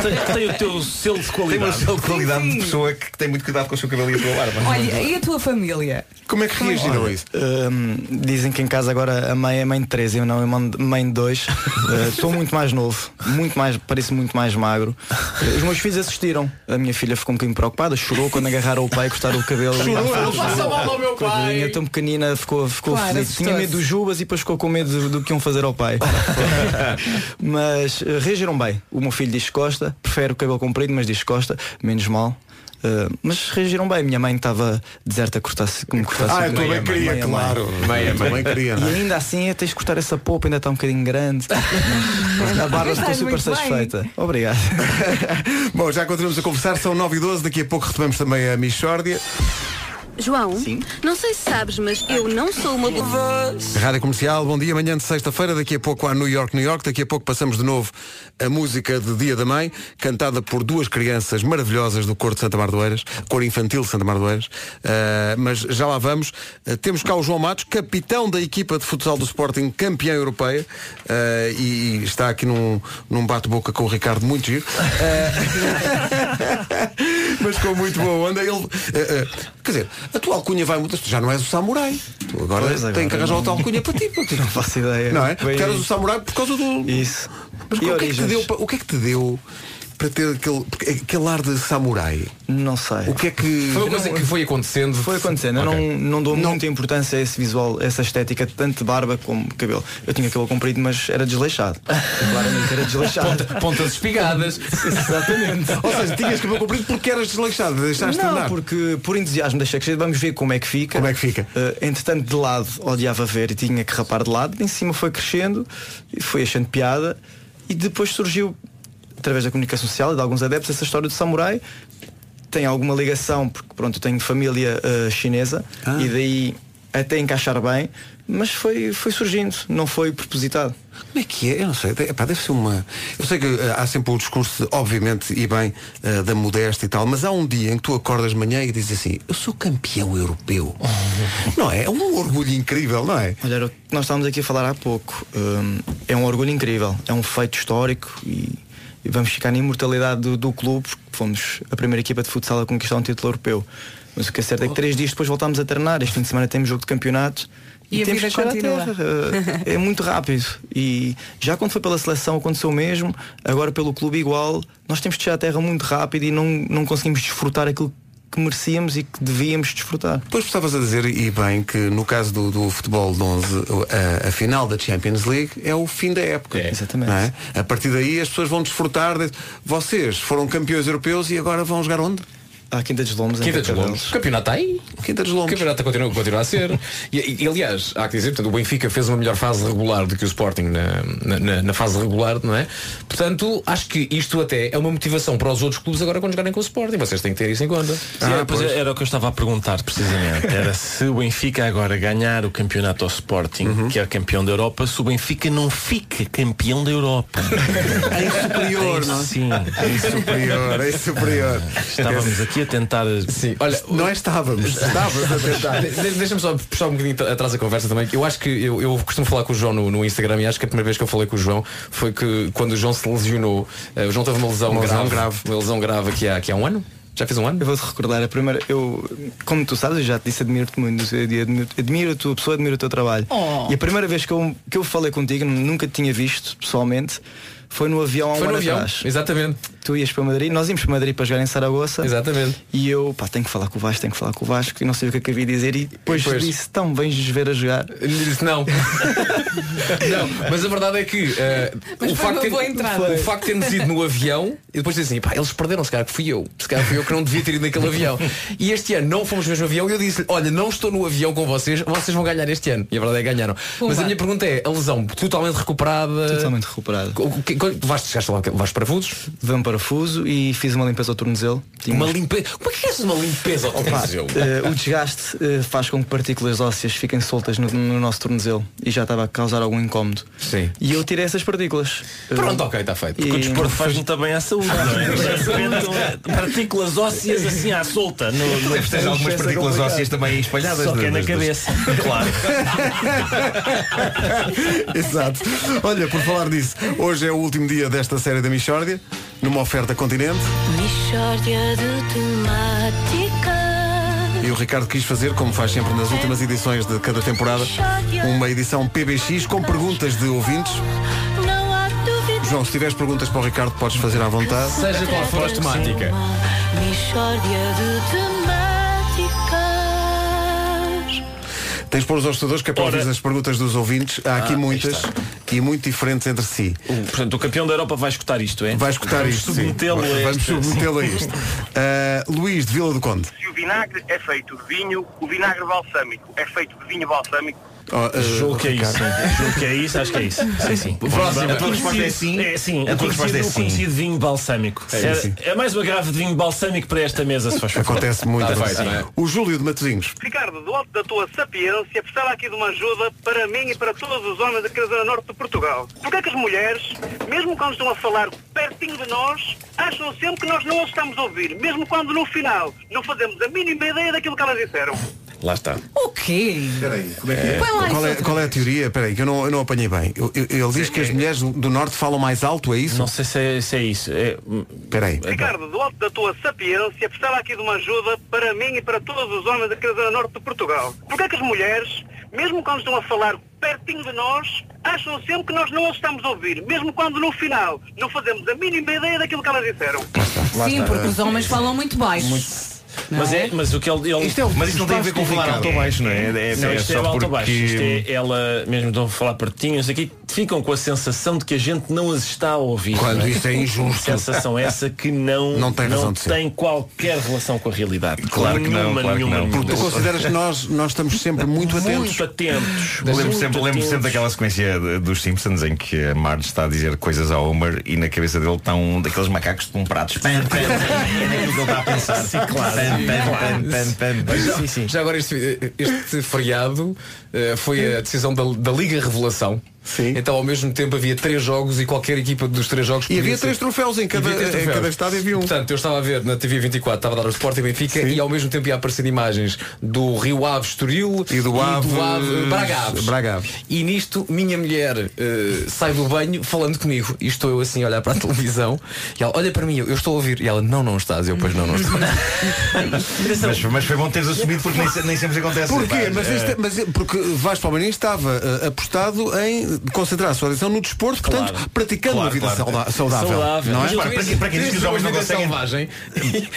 Tem, tem o teu selo de qualidade.
Tem o selo de qualidade de pessoa que tem muito cuidado com o seu cabelo e a sua barba.
Olha, e a tua família?
Como é que
Tá
Ah, Olha, hum, dizem que em casa agora a mãe é mãe de Teresa, eu não, eu mando mãe tenho dois. Eh, Sou muito mais novo, muito mais, pareço muito mais magro. Eh, Os meus filhos assistiram. A minha filha ficou um bocadinho preocupada, chorou quando agarraram o pai e cortaram o cabelo.
Chorou,
Ah,
não faça mal ao meu pai.
Coitadinha, tão pequenina, ficou, ficou
Claro,
feliz. Tinha
assustou-se.
medo dos jubas e depois ficou com medo do- do que iam fazer ao pai. mas eh, reagiram bem. O meu filho diz que gosta, prefere o cabelo comprido, mas diz que gosta, menos mal. Eh, mas reagiram bem, minha mãe estava deserta a cortar-se como cortasse
Ah,
o
eu
cabelo.
também queria,
Meia mãe.
claro.
Meia mãe.
Também queria, não é?
E ainda assim é, tens de cortar essa polpa, ainda está um bocadinho grande. a barba ficou
Estás
super
muito bem.
satisfeita. Obrigado.
Bom, já continuamos a conversar, são 9 e 12, daqui a pouco retomamos também a Michórdia.
João, não sei se sabes, mas eu não sou uma boa.
Rádio Comercial, bom dia, amanhã de sexta-feira, daqui a pouco há New York, New York, daqui a pouco passamos de novo a música de Dia da Mãe, cantada por duas crianças maravilhosas do Coro de Santa Mardoeiras, Coro Infantil de Santa Mardoeiras, Ah, mas já lá vamos. Ah, temos cá o João Matos, capitão da equipa de futsal do Sporting, campeã europeia, ah, e, e está aqui num, num bate-boca com o Ricardo, muito giro. Ah, mas com muito boa onda, ele... ah, ah, quer dizer, a tua alcunha vai mudar, tu já não és o samurai, tu agora
Pois,
tem
agora
que arranjar
não-
outra alcunha para ti. puto.
Não faço ideia.
Não é?
Bem-
Porque eras o samurai por causa do.
Isso.
Mas
E
o que, é que te
origens?
deu, pa- o que é que te deu para ter aquele, porque- aquele ar de samurai?
Não sei.
O que é que.
Foi uma coisa que foi acontecendo.
Foi acontecendo. Eu não, não dou muita importância a esse visual, a essa estética, tanto de barba como de cabelo. Eu tinha cabelo comprido, mas era desleixado. Claramente era desleixado.
Ponta- pontas espigadas.
Exatamente.
Ou seja, tinhas cabelo comprido porque eras desleixado, deixaste
não,
andar.
porque por entusiasmo deixei crescer, vamos ver como é que fica. Como é
que fica?
entretanto, de lado odiava ver e tinha que rapar de lado. De em cima foi crescendo, e foi achando piada e depois surgiu, através da comunicação social e de alguns adeptos, essa história do samurai. Tem alguma ligação, porque pronto, eu tenho família eh, chinesa
Ah.
e daí até encaixar bem, mas foi, foi surgindo, não foi propositado.
Como é que é? Eu não sei. De- epá, deve ser uma. Eu sei que eh, há sempre o discurso, de, obviamente, e bem, eh, da modéstia e tal, mas há um dia em que tu acordas de manhã e dizes assim, eu sou campeão europeu. não é? É um orgulho incrível, não é?
Olha, era o que nós estávamos aqui a falar há pouco. Hum, é um orgulho incrível, é um feito histórico e, e vamos ficar na imortalidade do, do clube, porque fomos a primeira equipa de futsal a conquistar um título europeu. Mas o que é certo é que três dias depois voltámos a treinar, este fim de semana temos jogo de campeonato
E a
temos
vida
que chegar à
continua.
terra. Eh, É muito rápido. E já quando foi pela seleção aconteceu o mesmo, agora pelo clube igual, nós temos de chegar à terra muito rápido e não, não conseguimos desfrutar aquilo que merecíamos e que devíamos desfrutar.
Depois estavas a dizer, e bem, que no caso do, do futebol de 11, a, a final da Champions League é o fim da época.
Exatamente.
não é? A partir daí as pessoas vão desfrutar. De... Vocês foram campeões europeus e agora vão jogar onde?
À Ah, Quinta dos Lombos.
Quinta dos Lombos. O campeonato está aí.
Quinta dos Lombos.
O campeonato continua, continua a ser. E, e, e, aliás, há que dizer, portanto, o Benfica fez uma melhor fase regular do que o Sporting na, na- na- na fase regular, não é? Portanto, acho que isto até é uma motivação para os outros clubes agora quando jogarem com o Sporting. Vocês têm que ter isso em
ah,
conta. é,
Sim, era, Ah, pois era o que eu estava a perguntar precisamente. Era se o Benfica agora ganhar o campeonato ao Sporting,
Uhum.
que é campeão da Europa, se o Benfica não fica campeão da Europa.
É superior, não é?
Sim,
É superior, é superior. É
Estávamos aqui a tentar.
Sim, olha,
Não é estávamos, estávamos a tentar.
De- de- Deixa-me só puxar um bocadinho tra- atrás a conversa também. que Eu acho que eu, eu costumo falar com o João no, no Instagram e acho que a primeira vez que eu falei com o João foi que quando o João se lesionou, eh, o João teve uma lesão,
Uma lesão
grave, uma lesão grave aqui há, aqui há um ano. Já fez um ano?
Eu vou-te recordar a primeira. Eu, como tu sabes, eu já te disse, admiro-te muito. eu admiro- Admiro a tua pessoa, admiro o teu trabalho.
Oh.
E a primeira vez que eu, que eu falei contigo, nunca te tinha visto pessoalmente, foi no avião há um
Foi no
ano
avião,
atrás.
Exatamente.
Tu ias para Madrid, nós íamos para Madrid para jogar em Saragoça.
Exatamente.
E eu, pá, tenho que falar com o Vasco, tenho que falar com o Vasco, e não sei o que é que havia de dizer. E depois
Pois.
disse, tão vens ver a jogar.
Ele disse não. não, mas a verdade é que eh,
Mas
o,
foi uma
facto de-
boa entrada.
o facto de termos ido no avião e depois dizer assim, pá, eles perderam, se calhar que fui eu, se calhar fui eu que não devia ter ido naquele avião. E este ano não fomos mesmo no avião e eu disse-lhe, olha, não estou no avião com vocês, vocês vão ganhar este ano. E a verdade é que ganharam. Mas a minha pergunta é, a lesão totalmente recuperada.
Totalmente recuperado.
Vais, chegaste lá, vais parafusos?
Vamos parafuso e fiz uma limpeza ao tornozelo.
Uma limpeza. Como é que é uma limpeza ao tornozelo?
eh, o desgaste eh, faz com que partículas ósseas fiquem soltas no, no nosso tornozelo e já estava a causar algum incómodo.
Sim.
E eu tirei essas partículas.
Pronto, ok, está feito.
Porque o
E-
desporto faz muito bem à saúde, não é?
Faz
eh, Partículas ósseas assim à solta. No, no-
Deve ter algumas partículas ósseas também espalhadas.
Só que é na
das- das-
cabeça. Claro.
Exato. Olha, por falar disso, hoje é o último dia desta série da Michórdia, numa oferta continente.
Mixórdia de temáticas.
e o Ricardo quis fazer, como faz sempre nas últimas edições de cada temporada, uma edição PBX com perguntas de ouvintes.
Não há dúvida
João, se tiveres perguntas para o Ricardo, podes fazer à vontade.
Seja qual for a temática. Mixórdia de temáticas
Tens de pôr os hostadores que é para
Ora.
ouvir as perguntas dos ouvintes. Há aqui
Ah, aí
muitas e muito diferentes entre si.
O- portanto, o campeão da Europa vai escutar isto, é?
Vai escutar
Vamos
isto. sim.
Submetê-lo a
Vamos
esta-
submetê-lo a isto. Ah, Luís de Vila do Conde.
Se o vinagre é feito de vinho, o vinagre balsâmico é feito de vinho balsâmico.
Oh,
Jogo que é isso.
Ricardo.
Jogo que é isso, acho que é isso. Sim, sim.
Próximo.
Vamos-
A tua resposta é sim?
É sim.
A tua resposta é
O
sim.
conhecido vinho balsâmico.
É
É,
sim.
é mais uma garrafa de vinho balsâmico para esta mesa, se faz favor.
Acontece muito.
Tá
acontece.
feito, não é?
O Júlio de Matosinhos.
Ricardo, do alto da tua sapiência, precisava aqui de uma ajuda para mim e para todos os homens aqui da zona norte de Portugal. Porquê é que as mulheres, mesmo quando estão a falar pertinho de nós, acham sempre que nós não as estamos a ouvir, mesmo quando no final não fazemos a mínima ideia daquilo que elas disseram?
Lá está.
O quê? Peraí, como é que
Põe lá isso
qual, é,
outra
qual é a teoria? Peraí, que eu não, eu não apanhei bem. Eu- eu- ele diz que as mulheres do- do norte falam mais alto, é hum, isso?
Não sei se é, se é isso. É...
Peraí.
Ricardo, do alto da tua sapiência, precisava aqui de uma ajuda para mim e para todos os homens aqui da zona norte de Portugal. Porquê é que as mulheres, mesmo quando estão a falar pertinho de nós, acham sempre que nós não as estamos a ouvir, mesmo quando no final não fazemos a mínima ideia daquilo que elas disseram?
Sim, porque os homens falam muito baixo.
Mas, é, mas o que ele, ele-
Isto é o
Mas isto não tem a ver com falar alto ou baixo, não é? É, é-
não,
é
isto é
só
o alto ou
porque...
baixo. Isto é ela mesmo estão a falar pertinho, não sei o quê, ficam com a sensação de que a gente não as está a ouvir.
Quando
não
isso é injusto.
Sensação essa que não,
Não tem razão de ser.
tem qualquer relação com a realidade.
Claro que não,
Nenhuma,
claro que
nenhuma,
não.
nenhuma.
Tu consideras que nós, nós estamos sempre muito atentos?
Muito atentos.
Lembro
Muito
sempre, lembro
atentos.
sempre daquela sequência de- dos Simpsons em que a Marge está a dizer coisas a Homer e na cabeça dele estão daqueles macacos um com pratos. Pam, pam, pam. E é naquilo que ele está a pensar.
Sim, claro.
Pam, pam, pam, pam, pam, pam.
Já- Já agora este, este feriado eh, foi a decisão da, da Liga Revelação. Então ao mesmo tempo havia três jogos e qualquer equipa dos três jogos
E havia três troféus em cada- em cada estádio
havia um. Portanto, eu estava a ver na TV 24, estava a dar o Sporting Benfica e ao mesmo tempo ia aparecer imagens do Rio Ave Estoril e do
Aves-
Braga Aves.
Braga Aves.
E nisto, minha mulher eh, sai do banho falando comigo. E estou eu assim a olhar para a televisão. E ela, olha para mim, eu estou a ouvir. E ela, não, não estás. Eu, pois não, não estou.
Mas, mas foi bom teres assumido porque nem, se- nem sempre acontece.
Porquê?
Pá,
Mas,
eh,
isto é- mas é- porque Vasco Palmeirinho estava eh, apostado em concentrar a sua atenção no desporto, portanto, praticando
Claro,
uma vida
claro.
sauda- saudável. Não é?
Mas para, para, quem- para quem diz que os homens não conseguem selvagem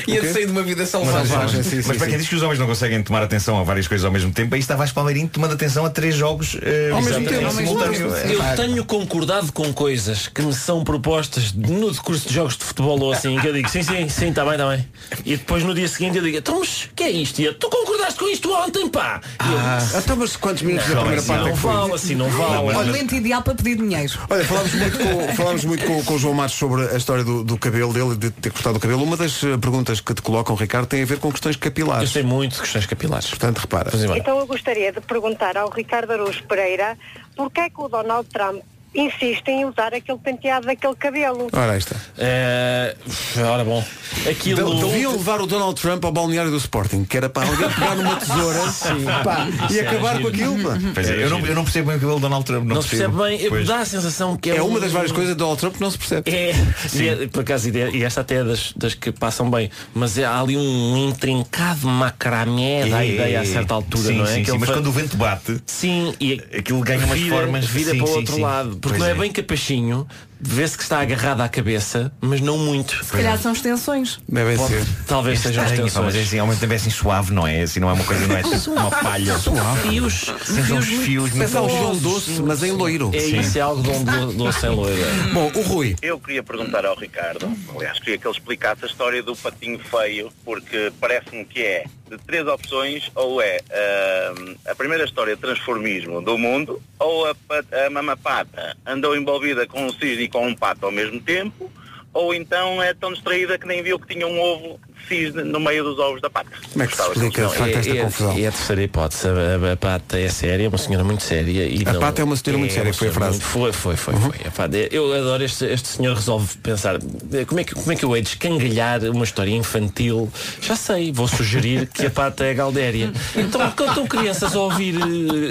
e a sair de uma vida
Mas, é
selvagem.
mas para quem diz que os homens não conseguem tomar atenção a várias coisas ao mesmo tempo, aí estava a Palmeirinho tomando atenção a três jogos eh, em simultâneo.
É
Eu tenho concordado com coisas que me são propostas no decurso de jogos de futebol ou assim, que eu digo, sim, sim, sim, está bem, está bem. E depois no dia seguinte eu digo, então, mas que é isto? E eu, tu concordaste com isto ontem, pá!
Ah, então, mas quantos minutos
Não,
da primeira
não
parte é que foi?
vale assim, não vale.
Não, mas-
O momento ideal para pedir dinheiro.
Olha, falámos muito, com, falámos muito com, com o João Matos sobre a história do, do cabelo dele, de ter cortado o cabelo. Uma das eh, perguntas que te colocam, Ricardo, tem a ver com questões capilares. Eu sei
muito de questões capilares. é,
Portanto, repara.
Então eu gostaria de perguntar ao Ricardo Araújo Pereira porque é que o Donald Trump insiste em usar aquele penteado daquele cabelo.
Ora, aí está.
É, ora bom. Aquilo.
Deviam levar o Donald Trump ao balneário do Sporting, que era para alguém pegar numa tesoura pá,
é
e acabar com aquilo. pá.
Pois é, eu, não, eu não percebo bem o cabelo do Donald Trump. Não,
Não se percebe bem,
Pois.
dá a sensação que é,
É uma
um-
das várias coisas do Donald Trump que não se percebe.
É, e é- por acaso, e de- e esta até é das, das que passam bem, mas é, há ali um intrincado macramé da
É,
ideia a certa altura,
sim,
não é?
sim,
Aquele
sim, mas
fa-
quando o vento bate,
sim, e
aquilo ganha umas
vira,
formas
vira
sim,
para o
sim,
outro
sim.
lado, porque
Pois
não é, bem capachinho, vê-se que está agarrado à cabeça, mas não muito.
Se calhar são extensões.
É
Devem
Pode-
ser.
Talvez
É
sejam
estranho, pá,
extensões.
Mas é assim, ao mesmo tempo é assim suave, não é? Assim não é uma coisa, não é tipo uma palha.
Fios,
Sim, são uns fios muito
Parece algodão
grossos.
doce, mas em loiro.
É isso, é algodão do- doce em loiro.
Bom, o Rui.
Eu queria perguntar ao Ricardo, aliás, queria que ele explicasse a história do patinho feio, porque parece-me que é de três opções, ou é ahm, a primeira história de transformismo do mundo, ou a, pa- a mamapata andou envolvida com um cisne e com um pato ao mesmo tempo, ou então é tão distraída que nem viu que tinha um ovo de cisne no meio dos ovos da pata.
Como é que se explica de
Não,
facto esta confusão?
É a terceira hipótese. A, a- a pata é séria, é uma senhora muito séria. E
A
não-
pata é uma senhora muito
é
séria,
uma
foi a
senhora
frase.
muito- Foi, foi, foi. foi. A pata- eu adoro este, este senhor resolve pensar eh, como é, que, como é que eu hei de escangalhar uma história infantil. Já sei, vou sugerir que a pata é a Galdéria. Então, porque estão crianças a ouvir, eh,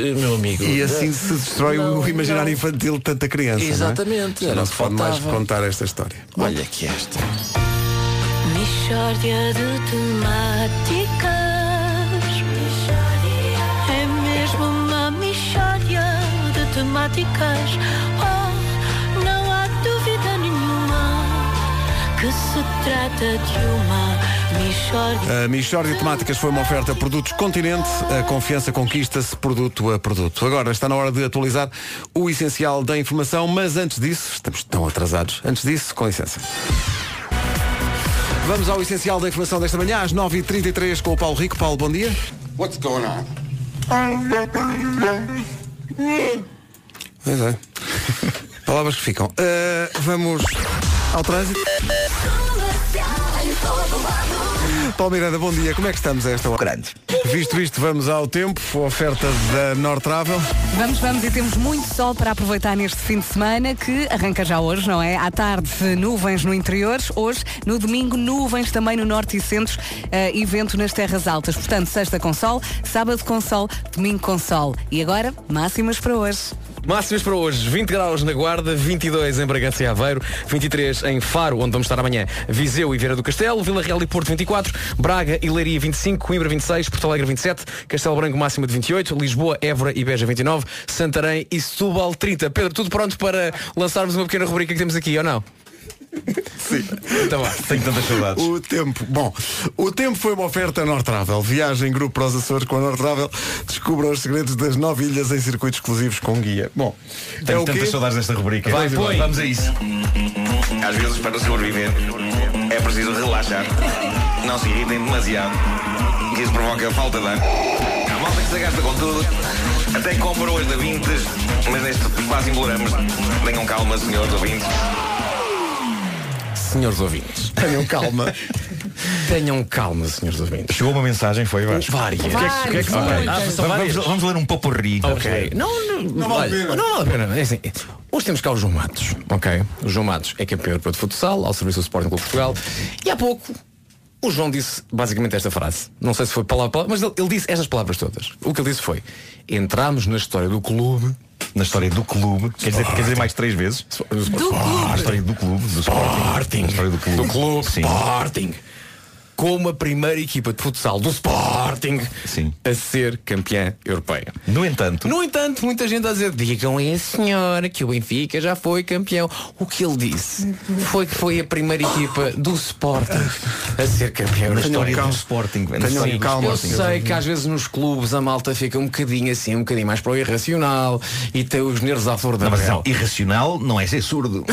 eh, meu amigo.
E assim se destrói o imaginário infantil de tanta criança. não é?
Exatamente,
Já
era
Não
o
se
que
pode mais
faltava.
contar esta história.
Olha que esta.
Mixórdia de temáticas É matemáticas. Oh, não há dúvida nenhuma que se trata de uma Michórdia.
A Michórdia de Temáticas foi uma oferta Produtos Continente. A confiança conquista-se produto a produto. Agora está na hora de atualizar o essencial da informação, mas antes disso, estamos tão atrasados. Antes disso, com licença. Vamos ao essencial da informação desta manhã, às 9h33, com o Paulo Rico. Paulo, bom dia. What's going on? Pois é. Palavras que ficam. Ah, vamos ao trânsito. Paulo Miranda, bom dia. Como é que estamos a esta hora?
Grande.
Visto isto, vamos ao tempo. Oferta da Nord Travel.
Vamos, vamos, e temos muito sol para aproveitar neste fim de semana que arranca já hoje, não é? À tarde, nuvens no interior, hoje, no domingo, nuvens também no norte e centros eh, e vento nas terras altas. Portanto, sexta com sol, sábado com sol, domingo com sol. E agora, máximas para hoje.
Máximas para hoje, 20 graus na Guarda, 22 em Bragança e Aveiro, 23 em Faro, onde vamos estar amanhã, Viseu e Vieira do Castelo, Vila Real e Porto 24, Braga e Leiria 25, Coimbra 26, Porto Alegre 27, Castelo Branco máximo de 28, Lisboa, Évora e Beja 29, Santarém e Setúbal 30. Pedro, tudo pronto para lançarmos uma pequena rubrica que temos aqui, ou não?
Sim.
Então vá.
Tenho tantas saudades.
O tempo. Bom, o tempo foi uma oferta Nord Travel. Viagem grupo para os Açores com a Nord Travel. Descubra os segredos das nove ilhas em circuitos exclusivos com guia. Bom, é
Tenho
o quê?
tantas saudades desta rubrica.
Vai, põe.
Vamos a isso. Às vezes, para sobreviver, é preciso relaxar. Não se irritem demasiado. que Isso provoca falta de ar. A malta que se gasta com tudo. Até compra hoje da Vintes, mas neste quase imploramos. Tenham calma, senhores ouvintes.
Senhores ouvintes.
Tenham calma.
Tenham calma, senhores ouvintes.
Chegou uma mensagem, foi, Vasco?
Várias.
O que é que- o que é que são várias?
Várias, muitas. Ah, são
Vamos-
várias.
Vamos ler um poporri.
Ok. Não, não,
Não
não,
vale a
olha,
pena.
não vale a pena. É assim, hoje temos cá o João Matos, ok? O João Matos é campeão europeu de futsal, ao serviço do Sporting Clube de Portugal. E há pouco o João disse basicamente esta frase. Não sei se foi palavra, palavra mas ele, ele disse estas palavras todas. O que ele disse foi: entramos na história do clube.
Na história do clube. Quer dizer, quer dizer mais três vezes?
Do
Ah, a
clube.
história do clube, do Sporting. A história do clube.
do clube
Sim.
Sporting como a primeira equipa de futsal do Sporting a ser campeã europeia.
No entanto,
no entanto, muita gente a dizer, digam a esse senhor que o Benfica já foi campeão. O que ele disse foi que foi a primeira equipa do Sporting a ser campeão.
Na
um
europeia.
história do Sporting. Na
Tenham
história do
calma. Eu
Sporting.
sei que às vezes nos clubes a malta fica um bocadinho assim, um bocadinho mais para o irracional e tem os nervos à flor da
Não, mas
pele.
não, irracional não é ser surdo.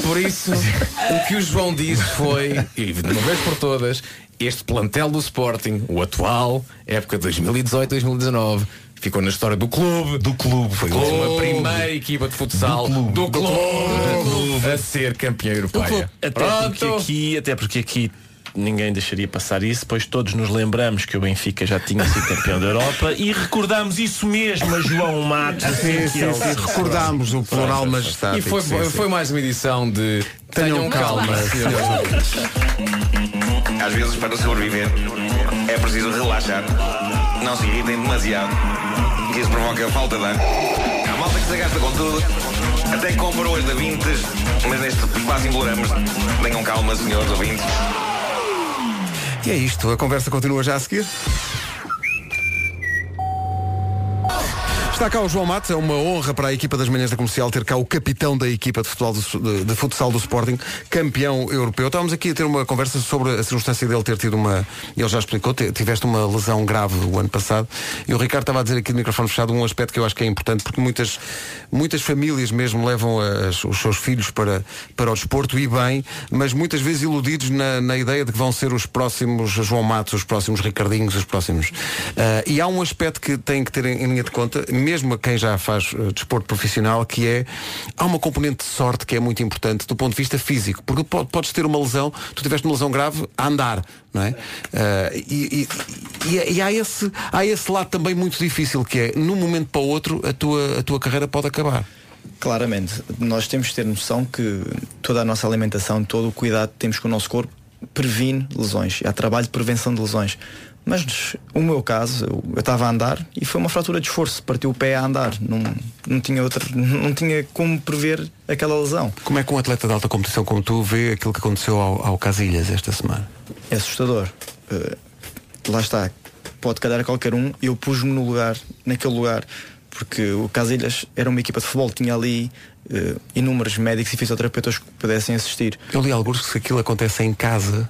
Por isso, o que o João disse foi, e de uma vez por todas, este plantel do Sporting, o atual, época 2018-2019, ficou na história do clube.
Do clube, foi
como
clube.
a primeira equipa de futsal do clube, a ser campeã europeia.
Até porque, aqui, até porque aqui ninguém deixaria passar isso, pois todos nos lembramos que o Benfica já tinha sido campeão da Europa e recordamos isso mesmo a João Matos. assim
Sim,
que
sim,
ele-
sim. Recordámos o plural
E
majestático.
foi,
sim, sim.
foi mais uma edição de
Tenham calma,
senhores
senhores
ouvintes.
Às vezes, para sobreviver, é preciso relaxar. Não se irritem demasiado. que Isso provoca falta de ar. A malta que se gasta com tudo. Até compra hoje da Vintes, mas neste quase imploramos. Tenham calma, senhores ouvintes.
E é isto, a conversa continua já a seguir. Está cá o João Matos, é uma honra para a equipa das manhãs da comercial ter cá o capitão da equipa de futebol do, de, de futsal do Sporting, campeão europeu. Estávamos aqui a ter uma conversa sobre a circunstância dele ter tido uma. Ele já explicou, te- tiveste uma lesão grave o ano passado. E o Ricardo estava a dizer aqui no microfone fechado um aspecto que eu acho que é importante, porque muitas, muitas famílias mesmo levam as- os seus filhos para, para o desporto e bem, mas muitas vezes iludidos na, na ideia de que vão ser os próximos João Matos, os próximos Ricardinhos, os próximos. Ah, e há um aspecto que tem que ter em, em linha de conta, mesmo a quem já faz eh, desporto profissional, que é há uma componente de sorte que é muito importante do ponto de vista físico, porque po- podes ter uma lesão, tu tiveste uma lesão grave a andar, não é? Ah, e e- e- e há, esse, há esse lado também muito difícil que é, num momento para o outro, a tua, a tua carreira pode acabar.
Claramente, nós temos de ter noção que toda a nossa alimentação, todo o cuidado que temos com o nosso corpo previne lesões. Há trabalho de prevenção de lesões. Mas o meu caso, eu eu estava a andar e foi uma fratura de esforço, partiu o pé a andar, não, não tinha outra, não tinha como prever aquela lesão.
Como é que um atleta de alta competição como tu vê aquilo que aconteceu ao, ao Casilhas esta semana?
É assustador. Eh, lá está, pode calhar a qualquer um. Eu pus-me no lugar, naquele lugar. porque o Casilhas era uma equipa de futebol, tinha ali eh, inúmeros médicos e fisioterapeutas que pudessem assistir.
Eu li alguns que se aquilo acontece em casa,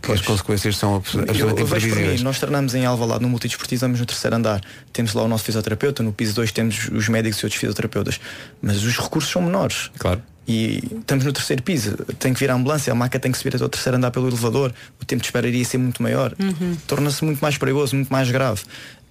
que as consequências são abs-
Eu,
absolutamente
eu vejo por
imprevisíveis.
mim, nós treinamos em Alvalade no multidesportivo, estamos no terceiro andar. Temos lá o nosso fisioterapeuta, no piso 2 temos os médicos e outros fisioterapeutas. Mas os recursos são menores.
Claro.
E estamos no terceiro piso, tem que vir a ambulância, a maca tem que subir até o terceiro andar pelo elevador, o tempo de espera iria ser muito maior.
Uhum.
Torna-se muito mais perigoso, muito mais grave.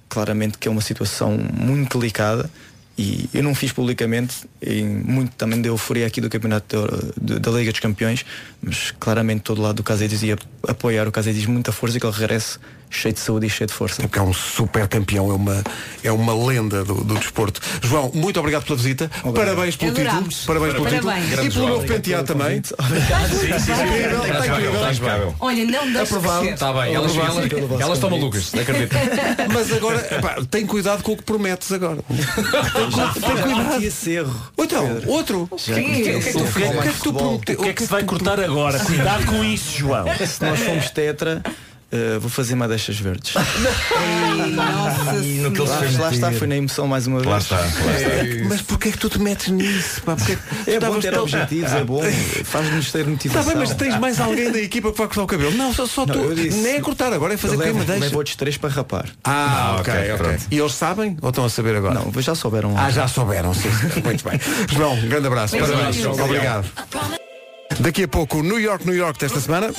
Claramente que é uma situação muito delicada e eu não fiz publicamente, e muito também da euforia aqui do Campeonato da, de- da Liga dos Campeões, mas claramente todo lado do Casetes ia apoiar o Casetes muita força e que ele regresse cheio de saúde e cheio de força.
Porque é um super campeão, é uma, é uma lenda do, do desporto. João, muito obrigado pela visita. Parabéns pelo título.
Adorámos.
Parabéns pelo título.
Parabéns.
E
Grande
pelo
João.
novo
Obrigado
penteado
pelo
também.
convite.
Sim, sim, sim.
tá
Incrível,
Tá
está incrível.
Olha, não deixe
Aprovado.
crescer.
Está Tá bem, elas,
Obrigado
elas,
pelo vosso
elas estão
convite.
malucas, acredito.
Mas agora, epá, tem cuidado com o que prometes agora. tem cuidado.
Esse erro.
Então, outro. O
Já cometi esse erro.
que é que tu prometeste?
O que é que se vai cortar
agora? Cuidado com isso, João.
Se nós fomos tetra, eh, vou fazer madeixas verdes.
No
lá, lá está, foi na emoção mais uma vez. Lá está,
Mas porquê é que tu te metes nisso? Pá? Porque
É bom ter objetivos, é bom. Faz-nos ter motivação.
Está bem, mas tens mais alguém da equipa que vai cortar o cabelo? Não, só, só
Não,
tu.
eu disse-
Nem é cortar agora, é fazer
Eu
com a
levo-
madeixa.
Levo outros três para rapar.
Ah, ok, ok. E eles sabem ou estão a saber agora? Não,
já souberam.
Ah, já souberam, sim. sim. Muito bem. João, um grande abraço.
Beijinhos.
Parabéns.
Beijinhos.
Obrigado. Daqui a pouco, New York, New York desta semana.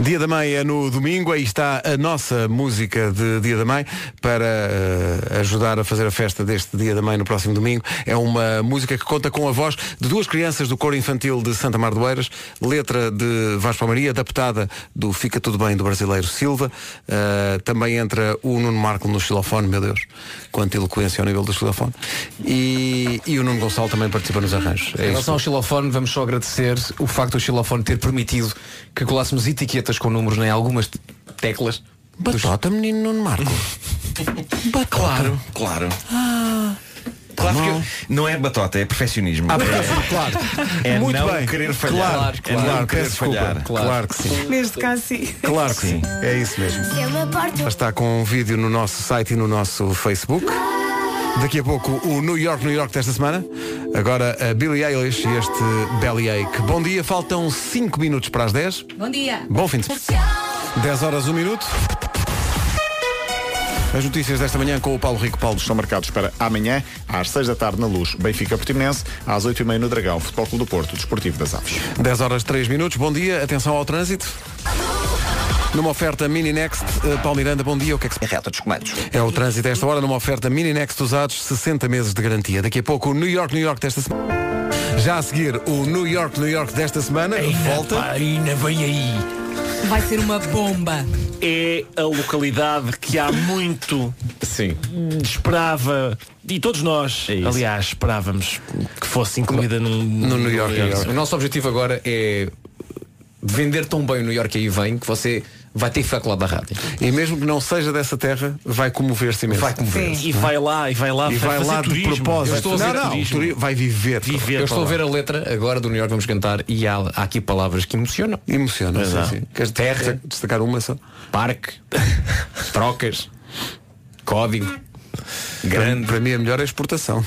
Dia da Mãe é no domingo, aí está a nossa música de Dia da Mãe para eh, ajudar a fazer a festa deste Dia da Mãe no próximo domingo. É uma música que conta com a voz de duas crianças do coro infantil de Santa Mar do Eiras, letra de Vasco Maria, adaptada do Fica Tudo Bem do brasileiro Silva. Eh, também entra o Nuno Marco no xilofone, meu Deus, quanta eloquência ao nível do xilofone. E, e o Nuno Gonçalo também participa nos arranjos.
Em
É isso.
relação ao xilofone, vamos só agradecer o facto do xilofone ter permitido que colássemos etiquetas com números em algumas te- teclas.
Batota, menino Nuno Marco.
Claro, claro. Claro que eu- não é batota, é perfeccionismo.
Ah,
é,
claro.
é
Muito
não
bem.
querer falhar.
Claro,
é não
claro,
querer
peço desculpa.
falhar.
Claro que sim.
Neste caso, sim.
Claro que sim. É isso mesmo. Ela Está com um vídeo no nosso site e no nosso Facebook. Daqui a pouco o New York, New York desta semana. Agora a Billie Eilish e este Bellyache. Bom dia, faltam 5 minutos para as 10.
Bom dia.
Bom fim de semana. 10 horas, 1 minuto. As notícias desta manhã com o Paulo Rico Paulo
estão marcados para amanhã, às 6 da tarde na Luz, Benfica Portimonense, às 8h30 no Dragão, Futebol Clube do Porto, Desportivo das Aves.
10 horas 3 minutos, bom dia, atenção ao trânsito. Numa oferta Mini Next, eh, Paulo Miranda, bom dia. O que é que se...
Reta dos comandos.
É o trânsito a esta hora numa oferta Mini Next usados, 60 meses de garantia. Daqui a pouco o New York, New York desta semana. Já a seguir, o New York, New York desta semana. volta.
Ainda vem aí.
Vai ser uma bomba.
é a localidade que há muito esperava e todos nós, aliás, esperávamos que fosse incluída num,
No New York,
num-
New York. O nosso objetivo agora é vender tão bem o New York aí vem que você vai ter que ficar colado da rádio.
E mesmo que não seja dessa terra, vai comover-se imenso.
Vai comover-se. Sim.
E vai lá, e vai lá,
E
vai
vai
fazer
lá de
turismo.
propósito.
Eu estou a
não,
ver
não,
turismo.
turi- vai viver.
Eu estou a ver a letra agora do New York vamos cantar e há, há aqui palavras que emocionam.
Emocionam, sim,
Exato.
sim. Queres
Terra,
destacar uma só?
Parque, trocas, código, grande.
Para mim a melhor é exportação.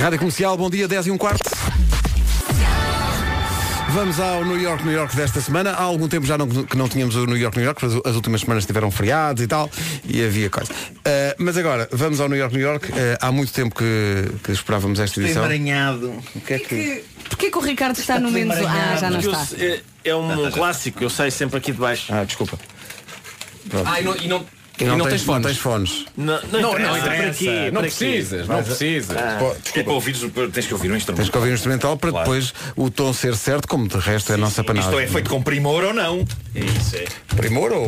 Rádio Comercial, bom dia, 10 e um quarto. Vamos ao New York, New York desta semana. Há algum tempo já não, que não tínhamos o New York, New York, mas as últimas semanas tiveram feriados e tal, e havia coisa. Ah, mas agora, vamos ao New York, New York. Ah, há muito tempo que, que esperávamos esta edição.
emaranhado.
é O que é que...
Porquê que o Ricardo está no menos... Ah, já não
Porque eu
está.
se- é- é um clássico, eu saio sempre aqui de baixo.
Ah, desculpa. Pronto.
Ah, e não, e não,
E não, tens, não tens fones.
Não, não,
Não,
interessa,
não interessa.
para quê?
Não
Para quê?
precisas, não
Mas-
precisas.
Ah.
Pô,
É para ouvires, o- tens que ouvir um instrumento.
Tens que ouvir o instrumental para depois o tom ser certo, como de resto é a nossa panada.
Isto é feito com primor ou não? É isso, é.
Primor ou.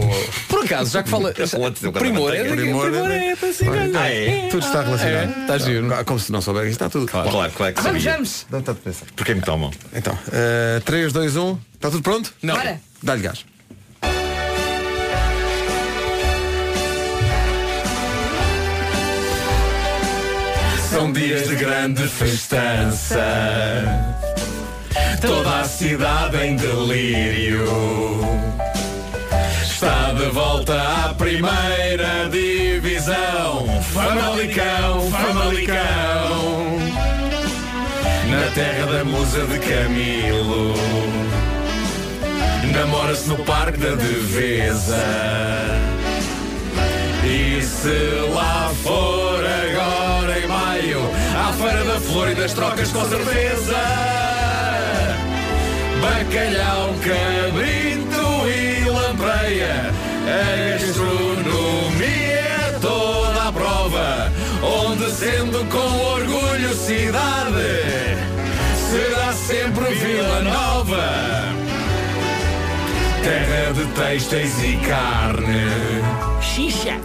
Por acaso, já que fala. Primor é-
Primor
primor é-
é-
é- é-
Ah, é? Tudo está relacionado.
tá
É, está giro.
Ah,
Como se não souber, isto está tudo.
Claro, claro, claro que tá Vamos, tá sabia. vamos.
Não está de pensar.
Porquê me tomam?
Então, eh, 3, 2, 1. Está tudo pronto?
Não.
Bora.
Dá-lhe gás.
São dias de grande festança. Toda a cidade em delírio. Está de volta à primeira divisão.
Famalicão, Famalicão.
Na terra da musa de Camilo Namora-se no parque da Devesa
E se lá for agora em maio, à Feira da Flor e das Trocas, com certeza. Bacalhau, cabrito e lampreia, a gastronomia é toda à prova, onde sendo com orgulho cidade, será sempre Vila Nova. Terra de têxteis e carne. Xixa.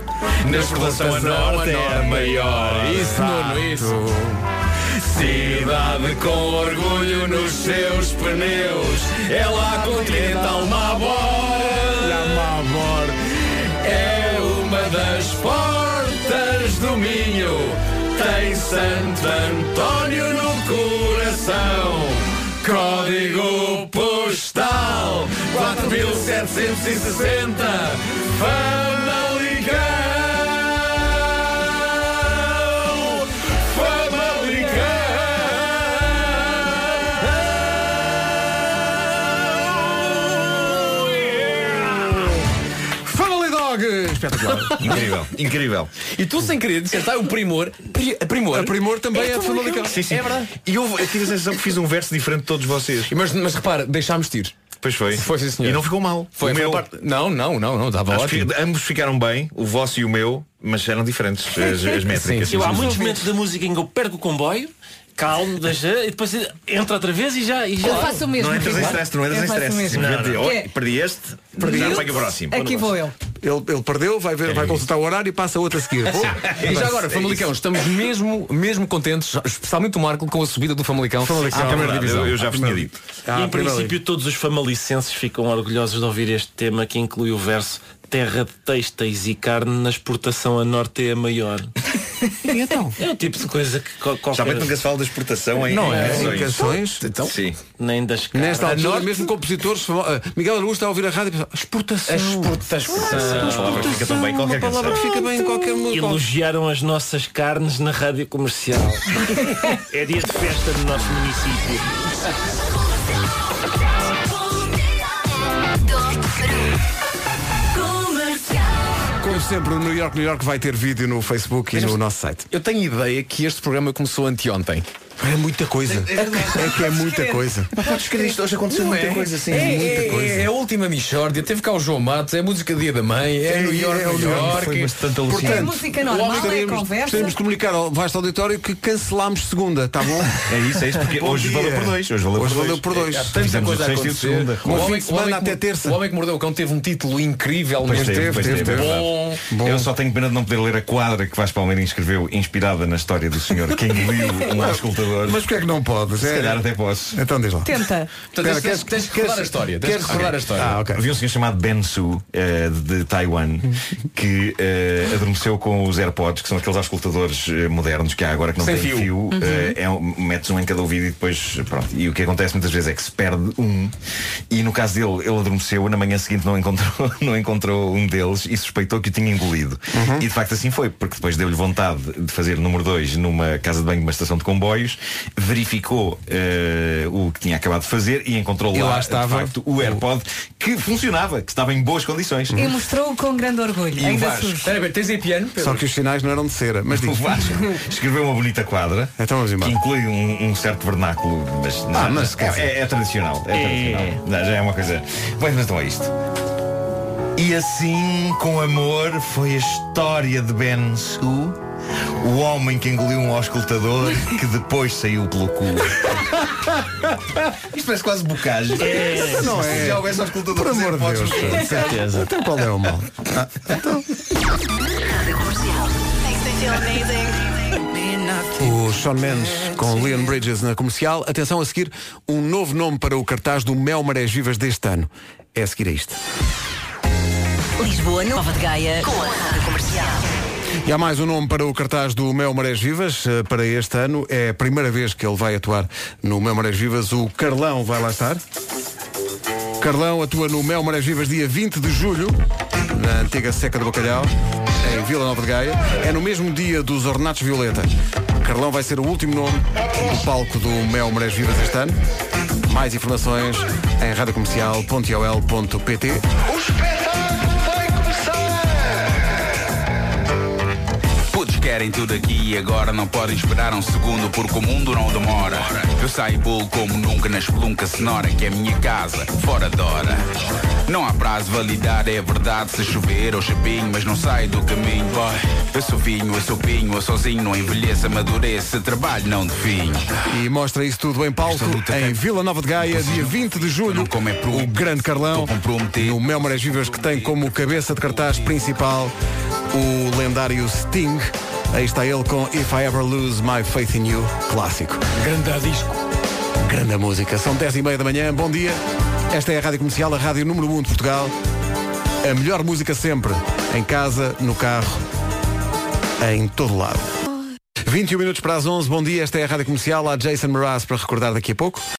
Na escalação a norte é a maior. Isso, Nuno, isso. Cidade com orgulho nos seus pneus. É lá continental Mabor. É uma das portas do Minho. Tem Santo António no coração. Código postal 4760 Famalicão Famalicão
Family Dog! Espetacular.
Incrível, incrível.
E tu sem querer disseste, ah, o primor. pri- A primor. A primor
também é de Famalicão. Sim, sim.
É verdade.
E eu, eu tive a sensação que fiz um verso diferente de todos vocês.
Mas, mas repara, deixámos tiros.
Pois foi.
Foi, sim, senhor.
E não ficou mal.
Foi,
O
foi
meu-
parte- Não, não, não, não, dava
Acho que
ótimo.
ambos ficaram bem, o vosso e o meu, mas eram diferentes as, as métricas.
eu, há muitos momentos da música em que eu perco o comboio, calmo, deixa, e depois entra outra vez e já. E já
Eu faço o mesmo,
Não entras em
Ricardo.
stress, tu não
Eu
entras em
faço o
stress.
mesmo.
Simplesmente,
Não, não.
"Oh,
Que é-
perdi este,
Perdi
já
este,
pega o próximo.
Aqui vou eu.
Ele, ele perdeu, vai, ver, vai consultar o horário e passa outro a seguir.
É
E já agora, Famalicão, estamos mesmo, mesmo contentes, especialmente o Marco, com a subida do Famalicão,
Famalicão,
à
é
Ah, primeira Ah,
verdade,
divisão.
eu- eu já vos tinha
dito.
e em princípio todos os famalicenses ficam orgulhosos de ouvir este tema que inclui o verso Terra de têxteis e carne na exportação a norte é a maior.
então?
É o tipo de coisa que co- qualquer...
Geralmente nunca se fala da exportação em-
Não
em
é?
canções. Em canções?
Então?
Sim.
Nem das caras.
Nesta altura, mesmo compositores, famo- ah, Miguel Araújo está a ouvir a rádio e pensa, exportação.
Exportação.
Exportação. Uma palavra que fica bem em qualquer música.
Elogiaram as nossas carnes na rádio comercial. é dia de festa no nosso município.
Como sempre, o New York, New York vai ter vídeo no Facebook e no nosso site.
Eu tenho ideia que este programa começou anteontem.
É muita coisa. É que é muita coisa.
Podes crer, isto hoje aconteceu
muita coisa, sim,
É,
muita
é,
coisa.
É, a última Michórdia, teve cá o João Matos, é a música Dia da Mãe, é, New York, New York.
É música normal, é conversa.
Temos de comunicar ao vasto auditório que cancelámos segunda, está bom?
É isso, é isso, porque
Bom
hoje
dia.
valeu por dois, hoje valeu por dois. É,
Há
Fizemos
tanta
o
coisa a
assim.
sexto e o
acontecer.
segunda.
O
Bom fim de
homem, o homem
semana
que
até
mor-
terça.
O Homem que Mordeu o Cão teve um título incrível.
Pois
mas
teve, pois teve, é verdade.
Bom.
Eu só tenho pena de não poder ler a quadra que Vasco Palmeirinho escreveu, inspirada na história do senhor que engoliu um auscultador.
Mas porquê é que não podes?
Se
É-
calhar até posso.
Então diz lá.
Tenta.
Espera, queres- queres- queres recordar a história?
Ah, ok. Havia um senhor chamado Ben Su, eh, de Taiwan, que eh, adormeceu com os AirPods, que são aqueles auscultadores eh, modernos que há agora que não
Sem
têm
fio.
fio. eh, é um- metes um em cada ouvido e depois, pronto. E o que acontece muitas vezes é que se perde um e no caso dele, ele adormeceu na manhã seguinte não encontrou, não encontrou um deles e suspeitou que o tinha engolido. E de facto assim foi, porque depois deu-lhe vontade de fazer número 2 numa casa de banho de uma estação de comboios, verificou eh, o que tinha acabado de fazer e encontrou
E
lá,
lá
de
estava
facto, o AirPod que funcionava, que estava em boas condições. Uhum.
E mostrou com grande orgulho. Ainda surge.
Espera, bem, tens aí piano?
Só que os sinais não eram de cera. Mas diz.
O Vasco escreveu uma bonita quadra que inclui um, um certo vernáculo, mas,
Ah, mas quer dizer-
é, é tradicional. É,
É.
tradicional. Não, já é uma coisa. Bem, mas então é isto. E assim, com amor, foi a história de Ben Su, o homem que engoliu um auscultador que depois saiu pelo cu. Isto parece quase bocagem.
Mas não é.
Já houvesse auscultador
Por
com
amor de
AirPods,
Deus.
com certeza.
Então qual é o mal? O Sean Mendes com Leon Bridges na comercial. Atenção a seguir, um novo nome para o cartaz do Mel Marés Vivas deste ano. É a seguir a isto.
Lisboa, Nova de Gaia, com a Rádio Comercial.
E há mais um nome para o cartaz do Mel Marés Vivas eh, para este ano. É a primeira vez que ele vai atuar no Mel Marés Vivas. O Carlão vai lá estar. Carlão atua no Mel Marés Vivas dia 20 de julho, na antiga Seca do Bacalhau, em Vila Nova de Gaia. É no mesmo dia dos Ornatos Violeta. Carlão vai ser o último nome do palco do Mel Marés Vivas este ano. Mais informações em radiocomercial.ol.pt
Putos querem tudo aqui e agora não podem esperar um segundo porque o mundo não demora. Eu saio bolo como nunca na espelunca sonora que é minha casa, fora da hora. Não há prazo validade, é verdade, se chover ou chapinho, mas não saio do caminho, boy. Eu sou vinho, eu sou pinho, eu sozinho, não envelheço, amadureço, trabalho não definho.
E mostra isso tudo em palco em Vila Nova de Gaia, dia 20 de julho. O grande Carlão, no Mel Marés Vivas, que tem como cabeça de cartaz principal o lendário Sting. Aí está ele com If I Ever Lose My Faith in You, clássico. Grande disco. Grande música. São 10 e meia da manhã. Bom dia. Esta é a Rádio Comercial, a Rádio Número 1 de Portugal. A melhor música sempre. Em casa, no carro, em todo um lado. 21 minutos para as 11. Bom dia. Esta é a Rádio Comercial. Há Jason Mraz para recordar daqui a pouco.